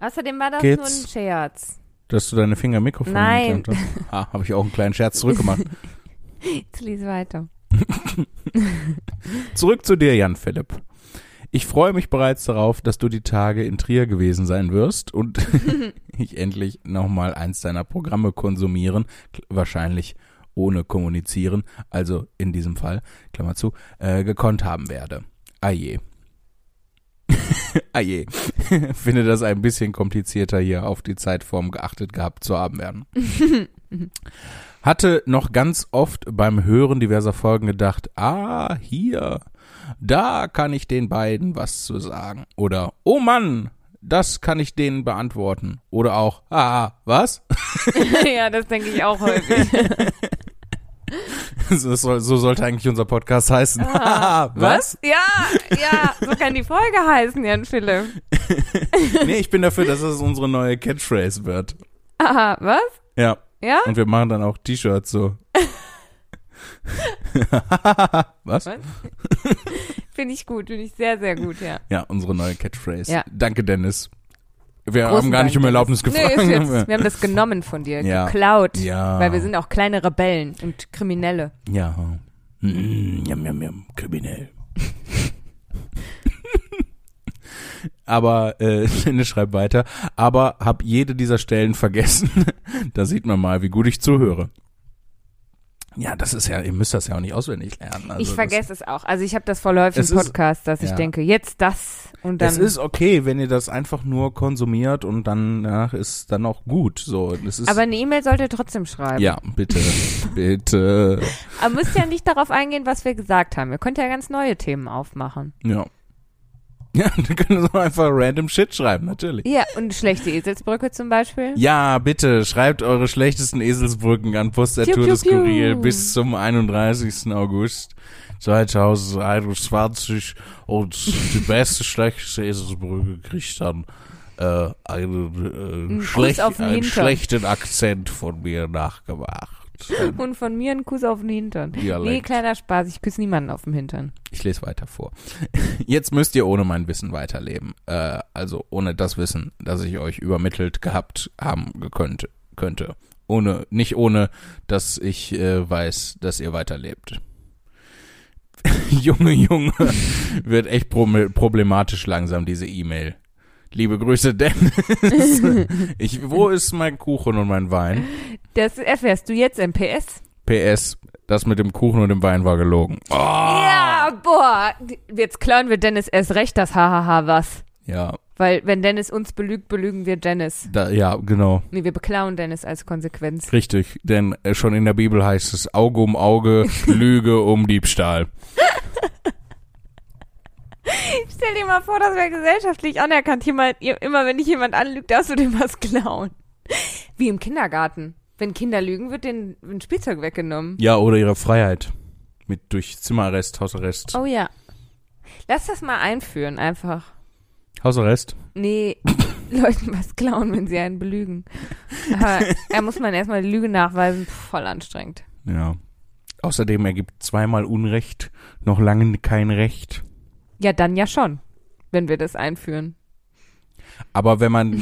Außerdem war das Geht's? nur ein Scherz. Dass du deine Finger im Mikrofon Nein. eingeklemmt hast? Ah, habe ich auch einen kleinen Scherz zurückgemacht. Jetzt lies weiter. Zurück zu dir, Jan Philipp. Ich freue mich bereits darauf, dass du die Tage in Trier gewesen sein wirst und ich endlich nochmal eins deiner Programme konsumieren, kl- wahrscheinlich ohne kommunizieren, also in diesem Fall, Klammer zu, äh, gekonnt haben werde. Aje. Aje. Finde das ein bisschen komplizierter, hier auf die Zeitform geachtet gehabt zu haben werden. Hatte noch ganz oft beim Hören diverser Folgen gedacht, ah, hier, da kann ich den beiden was zu sagen. Oder, oh Mann, das kann ich denen beantworten. Oder auch, ah, was? ja, das denke ich auch häufig. So, soll, so sollte eigentlich unser Podcast heißen. Ah, was? Ja, ja, so kann die Folge heißen, Jan Philipp. Nee, ich bin dafür, dass es unsere neue Catchphrase wird. Aha, was? Ja, Ja? und wir machen dann auch T-Shirts so. was? Finde ich gut, finde ich sehr, sehr gut, ja. Ja, unsere neue Catchphrase. Ja. Dennis. Danke, Dennis. Wir Großen haben gar nicht Dank, um Erlaubnis gefragt. Nee, ist jetzt, wir haben das genommen von dir, Ja. geklaut. ja. Weil wir sind auch kleine Rebellen und Kriminelle. Ja. Mm, jam, jam, jam, kriminell. Aber, äh, Dennis schreibt weiter, aber hab jede dieser Stellen vergessen. da sieht man mal, wie gut ich zuhöre. Ja, das ist ja, ihr müsst das ja auch nicht auswendig lernen. Also ich vergesse es auch. Also ich habe das voll häufig Es im ist- Podcast, dass ich ja. denke, jetzt das und dann. Das, es ist okay, wenn ihr das einfach nur konsumiert und dann danach ist dann auch gut. So, das ist, aber eine E-Mail sollt ihr trotzdem schreiben. ja, bitte, bitte. Aber müsst ja nicht darauf eingehen, was wir gesagt haben. Ihr könnt ja ganz neue Themen aufmachen. Ja. Ja, du könntest auch einfach random Shit schreiben, natürlich. Ja, und schlechte Eselsbrücke zum Beispiel. Ja, bitte, schreibt eure schlechtesten Eselsbrücken an Piu, Postatur piu, des Kurier piu. bis zum 31. August 2021 und die beste schlechteste Eselsbrücke kriegt dann äh, einen, äh, Kuss schlecht, auf den einen Hintern. schlechten Akzent von mir nachgemacht. Ein Und von mir ein Kuss auf den Hintern. Nee, Dialekt. kleiner Spaß, ich küsse niemanden auf dem Hintern. Ich lese weiter vor. Jetzt müsst ihr ohne mein Wissen weiterleben. Äh, also ohne das Wissen, das ich euch übermittelt gehabt haben gekönnt, könnte. Ohne, nicht ohne, dass ich äh, weiß, dass ihr weiterlebt. Junge, Junge, wird echt prom- problematisch langsam, diese E-Mail. Liebe Grüße, Dennis. Ich, wo ist mein Kuchen und mein Wein? Das erfährst du jetzt im PS. PS, das mit dem Kuchen und dem Wein war gelogen. Oh, Ja, boah. Jetzt klauen wir Dennis erst recht das Hahaha was. ja, Weil wenn Dennis uns belügt, belügen wir Dennis. da, ja, genau. Nee, wir beklauen Dennis als Konsequenz. Richtig, denn äh, schon in der Bibel heißt es Auge um Auge, Lüge um Diebstahl. Stell dir mal vor, das wäre gesellschaftlich anerkannt. Jemand, ihr- immer wenn dich jemand anlügt, darfst du dem was klauen. Wie im Kindergarten. Wenn Kinder lügen, wird denen ein Spielzeug weggenommen. Ja, oder ihre Freiheit. Mit durch Zimmerarrest, Hausarrest. Oh ja. Lass das mal einführen, einfach. Hausarrest? Nee, Leuten was klauen, wenn sie einen belügen. Aber da muss man erstmal die Lüge nachweisen. Pff, voll anstrengend. Ja. Außerdem ergibt zweimal Unrecht noch lange kein Recht. Ja, dann ja schon, wenn wir das einführen. Aber wenn man.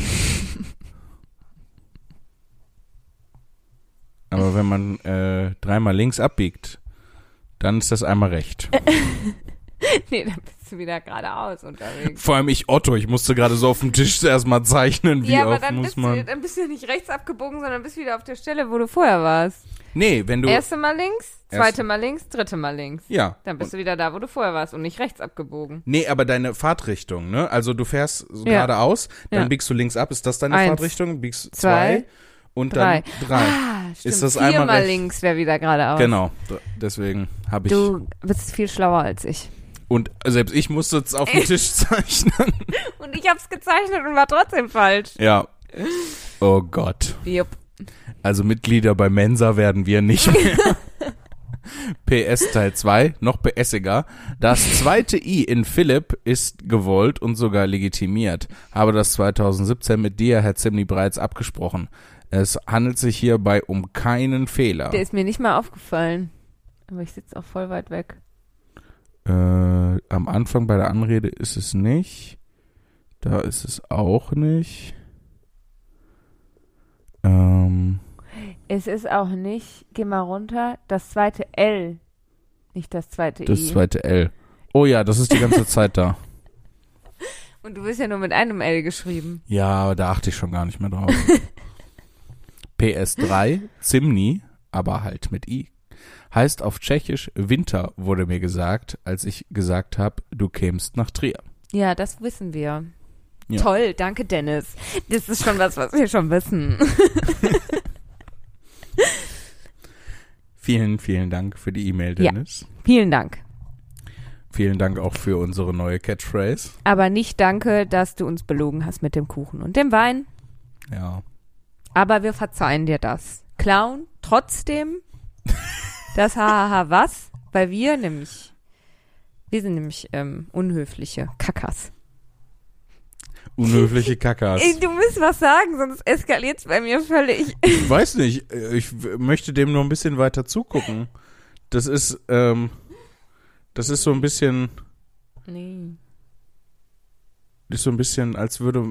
aber wenn man äh, dreimal links abbiegt, dann ist das einmal recht. Äh. nee, dann bist du wieder geradeaus unterwegs. Vor allem ich Otto, ich musste gerade so auf dem Tisch erstmal zeichnen, wie ja, aber oft dann muss bist, man. du, dann bist du nicht rechts abgebogen, sondern bist wieder auf der Stelle, wo du vorher warst. Nee, wenn du. Erste Mal links, Erst- zweite Mal links, dritte Mal links. ja. Dann bist du wieder da, wo du vorher warst und nicht rechts abgebogen. Nee, aber deine Fahrtrichtung, ne? Also du fährst so Ja. geradeaus, dann Ja. biegst du links ab, ist das deine Eins, Fahrtrichtung? Biegst zwei, zwei, und drei. dann drei. Ah, stimmt. das einmal Viermal rechts? links wäre wieder geradeaus. Genau, d- deswegen habe ich. Du bist viel schlauer als ich. Und selbst ich musste es auf den Äh. Tisch zeichnen. Und ich hab's gezeichnet und war trotzdem falsch. Ja. Oh Gott. Jupp. Also Mitglieder bei Mensa werden wir nicht mehr. PS Teil 2, noch beessiger. Das zweite I in Philipp ist gewollt und sogar legitimiert. Habe das 2017 mit dir, Herr Zimni, bereits abgesprochen. Es handelt sich hierbei um keinen Fehler. Der ist mir nicht mal aufgefallen. Aber ich sitze auch voll weit weg. Äh, am Anfang bei der Anrede ist es nicht. Da ist es auch nicht. Ähm, Es ist auch nicht, geh mal runter, das zweite L. Nicht das zweite I. das zweite L. Oh ja, das ist die ganze Zeit da. Und du bist ja nur mit einem L geschrieben. Ja, aber da achte ich schon gar nicht mehr drauf. PS3, Zimni, aber halt mit I. Heißt auf Tschechisch Winter, wurde mir gesagt, als ich gesagt habe, du kämst nach Trier. Ja, das wissen wir. Ja. Toll, danke Dennis. Das ist schon was, was wir schon wissen. Vielen, vielen Dank für die E-Mail, Ja. Dennis. Vielen Dank. Vielen Dank auch für unsere neue Catchphrase. Aber nicht danke, dass du uns belogen hast mit dem Kuchen und dem Wein. Ja. Aber wir verzeihen dir das. Clown, trotzdem das Hahaha was? Weil wir nämlich, wir sind nämlich ähm, unhöfliche Kackers. Unhöfliche Kackers. Ey, du musst was sagen, sonst eskaliert's bei mir völlig. Ich weiß nicht, äh, ich w- möchte dem nur ein bisschen weiter zugucken. Das ist, ähm, das ist so ein bisschen, Nee. ist so ein bisschen, als würde,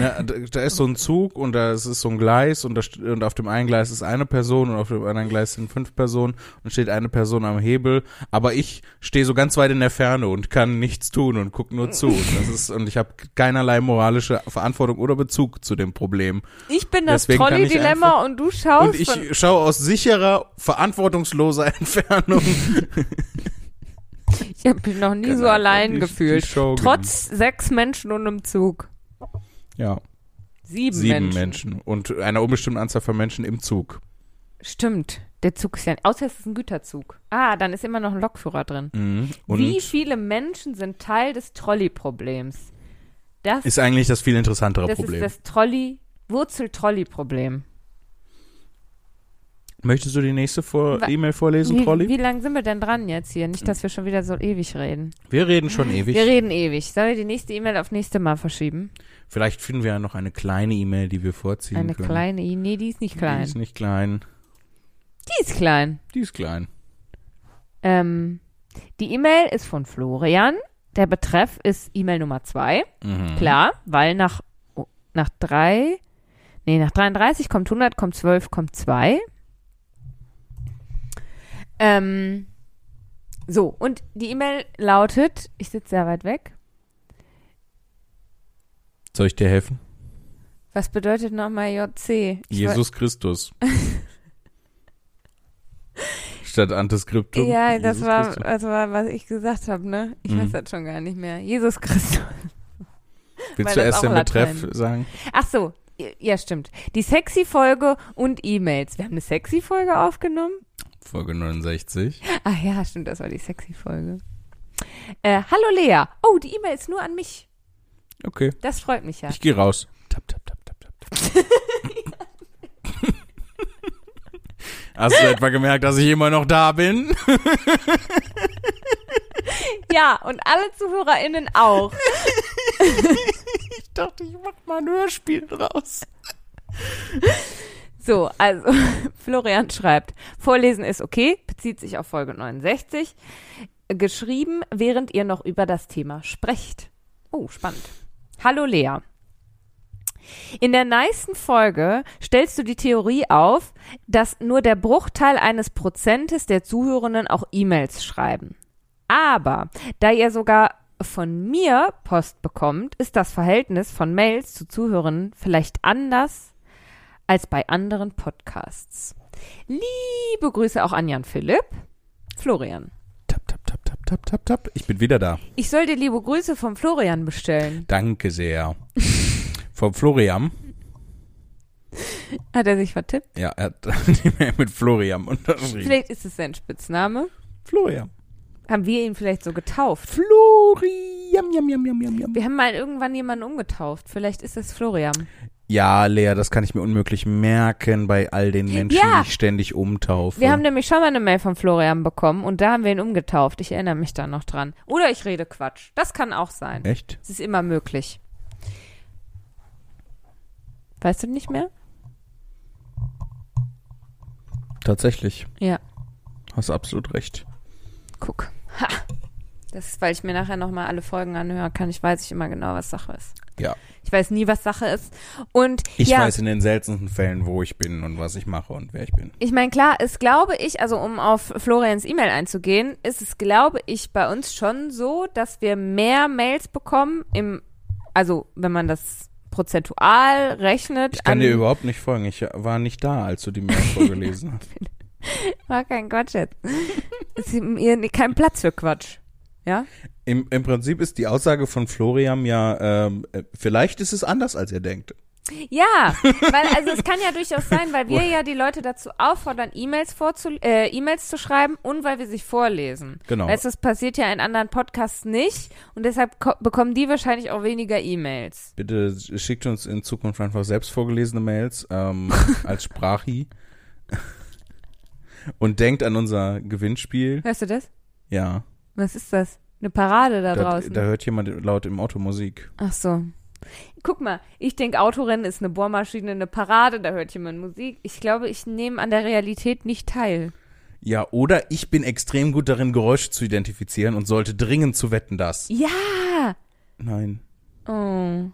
na, da, da ist so ein Zug und da ist, ist so ein Gleis und, da, st- und auf dem einen Gleis ist eine Person und auf dem anderen Gleis sind fünf Personen und steht eine Person am Hebel, aber ich stehe so ganz weit in der Ferne und kann nichts tun und gucke nur zu. Das ist, und ich habe keinerlei moralische Verantwortung oder Bezug zu dem Problem. Ich bin das Deswegen kann ich Trolley-Dilemma und du schaust. Und von, ich schaue aus sicherer, verantwortungsloser Entfernung. ich habe mich noch nie so Genau, allein die- gefühlt. die Show Trotz sechs Menschen und einem Zug. Ja, Sieben, sieben Menschen. Menschen. und einer unbestimmten Anzahl von Menschen im Zug. Stimmt. Der Zug ist ja. Außer es ist ein Güterzug. Ah, dann ist immer noch ein Lokführer drin. Mhm. Wie Und viele Menschen sind Teil des Trolley-Problems? Das, ist eigentlich das viel interessantere das ist Problem. das Trolley, Wurzel-Trolley-Problem. Möchtest du die nächste vor Wa- E-Mail vorlesen, Wie, Trolli? wie lang sind wir denn dran jetzt hier? Nicht, dass wir schon wieder so ewig reden. Wir reden schon ewig. Wir reden ewig. Sollen wir die nächste E-Mail auf nächste Mal verschieben? Vielleicht finden wir ja noch eine kleine E-Mail, die wir vorziehen Eine können. kleine E. Nee, die ist nicht klein. Die ist nicht klein. Die ist klein. Die ist klein. Ähm, die E-Mail ist von Florian. Der Betreff ist E-Mail Nummer 2. Mhm. Klar, weil nach, oh, nach 3, nee, nach 33 kommt 100, kommt 12, kommt 2. Ähm, so, und die E-Mail lautet, ich sitze sehr weit weg. Soll ich dir helfen? Was bedeutet nochmal JC? Ich wa- Jesus Christus. Statt Anteskriptum. Ja, das Jesus war, Christus. das war, was ich gesagt habe, ne? Ich Mhm. weiß das schon gar nicht mehr. Jesus Christus. weil Willst du das erst auch den Betreff Latein. sagen? Ach so, ja, stimmt. Die Sexy-Folge und E-Mails. Wir haben eine Sexy-Folge aufgenommen. Folge 69. Ach Ah ja, stimmt, das war die sexy Folge. Äh, hallo Lea. Oh, die E-Mail ist nur an mich. Okay. Das freut mich ja. Ich gehe raus. Tap, tap, tap, tap, tap. Hast du etwa gemerkt, dass ich immer noch da bin? Ja, und alle ZuhörerInnen auch. Ich dachte, ich mach mal ein Hörspiel draus. So, also Florian schreibt, Vorlesen ist okay, bezieht sich auf Folge 69. Geschrieben, während ihr noch über das Thema sprecht. Oh, spannend. Hallo Lea. In der nächsten Folge stellst du die Theorie auf, dass nur der Bruchteil eines Prozentes der Zuhörenden auch E-Mails schreiben. Aber da ihr sogar von mir Post bekommt, ist das Verhältnis von Mails zu Zuhörern vielleicht anders als bei anderen Podcasts. Liebe Grüße auch an Jan Philipp. Florian. Tap, tap, tap, tap, tap, tap, tap. Ich bin wieder da. Ich soll dir liebe Grüße vom Florian bestellen. Danke sehr. Vom Florian. Hat er sich vertippt? Ja, er hat die Mail mit Florian unterschrieben. Vielleicht ist es sein Spitzname. Florian. Haben wir ihn vielleicht so getauft? Florian, jam, jam, jam, jam, jam. Wir haben mal irgendwann jemanden umgetauft. Vielleicht ist es Florian. Ja, Lea, das kann ich mir unmöglich merken bei all den Menschen, Ja. die ich ständig umtaufe. Wir haben nämlich schon mal eine Mail von Florian bekommen und da haben wir ihn umgetauft. Ich erinnere mich da noch dran. Oder ich rede Quatsch. Das kann auch sein. Echt? Es ist immer möglich. Weißt du nicht mehr? Tatsächlich. Ja. Hast absolut recht. Guck. Ha. Das ist, weil ich mir nachher nochmal alle Folgen anhören kann. Ich weiß ich immer genau, was Sache ist. Ja. Ich weiß nie, was Sache ist. Und Ich ja, weiß in den seltensten Fällen, wo ich bin und was ich mache und wer ich bin. ich meine, klar, ist, glaube ich, also um auf Florians E-Mail einzugehen, ist es, glaube ich, bei uns schon so, dass wir mehr Mails bekommen im, also wenn man das prozentual rechnet. Ich kann an- dir überhaupt nicht folgen. Ich war nicht da, als du die Mail vorgelesen hast. War kein Quatsch jetzt. ist mir kein Platz für Quatsch. Ja? Im, Im Prinzip ist die Aussage von Florian ja, ähm, äh, vielleicht ist es anders, als ihr denkt. Ja, weil also es kann ja durchaus sein, weil wir ja die Leute dazu auffordern, E-Mails vorzu äh, E-Mails zu schreiben und weil wir sie vorlesen. Genau. Weißt du, das passiert ja in anderen Podcasts nicht und deshalb ko- bekommen die wahrscheinlich auch weniger E-Mails. Bitte schickt uns in Zukunft einfach selbst vorgelesene Mails ähm, als Sprachi. Und denkt an unser Gewinnspiel. Hörst du das? Ja. Was ist das? Eine Parade da, Da, draußen. da hört jemand laut im Auto Musik. Ach so. Guck mal, ich denke, Autorennen ist eine Bohrmaschine, eine Parade, da hört jemand Musik. Ich glaube, ich nehme an der Realität nicht teil. Ja, oder ich bin extrem gut darin, Geräusche zu identifizieren und sollte dringend zu wetten, dass. Ja! Nein. Oh.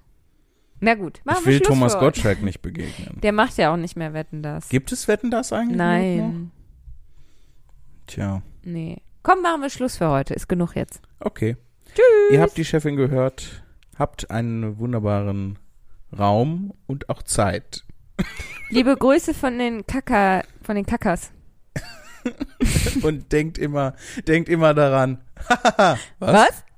Na gut, machen ich wir will Schluss Thomas für heute. Gottschalk nicht begegnen. Der macht ja auch nicht mehr Wetten das. Gibt es Wetten das eigentlich? noch? Nein. Tja. Nee. Komm, machen wir Schluss für heute. Ist genug jetzt. Okay. Tschüss. Ihr habt die Chefin gehört. Habt einen wunderbaren Raum und auch Zeit. Liebe Grüße von den Kaka, von den Kakas. Und denkt immer, denkt immer daran. Was? Was?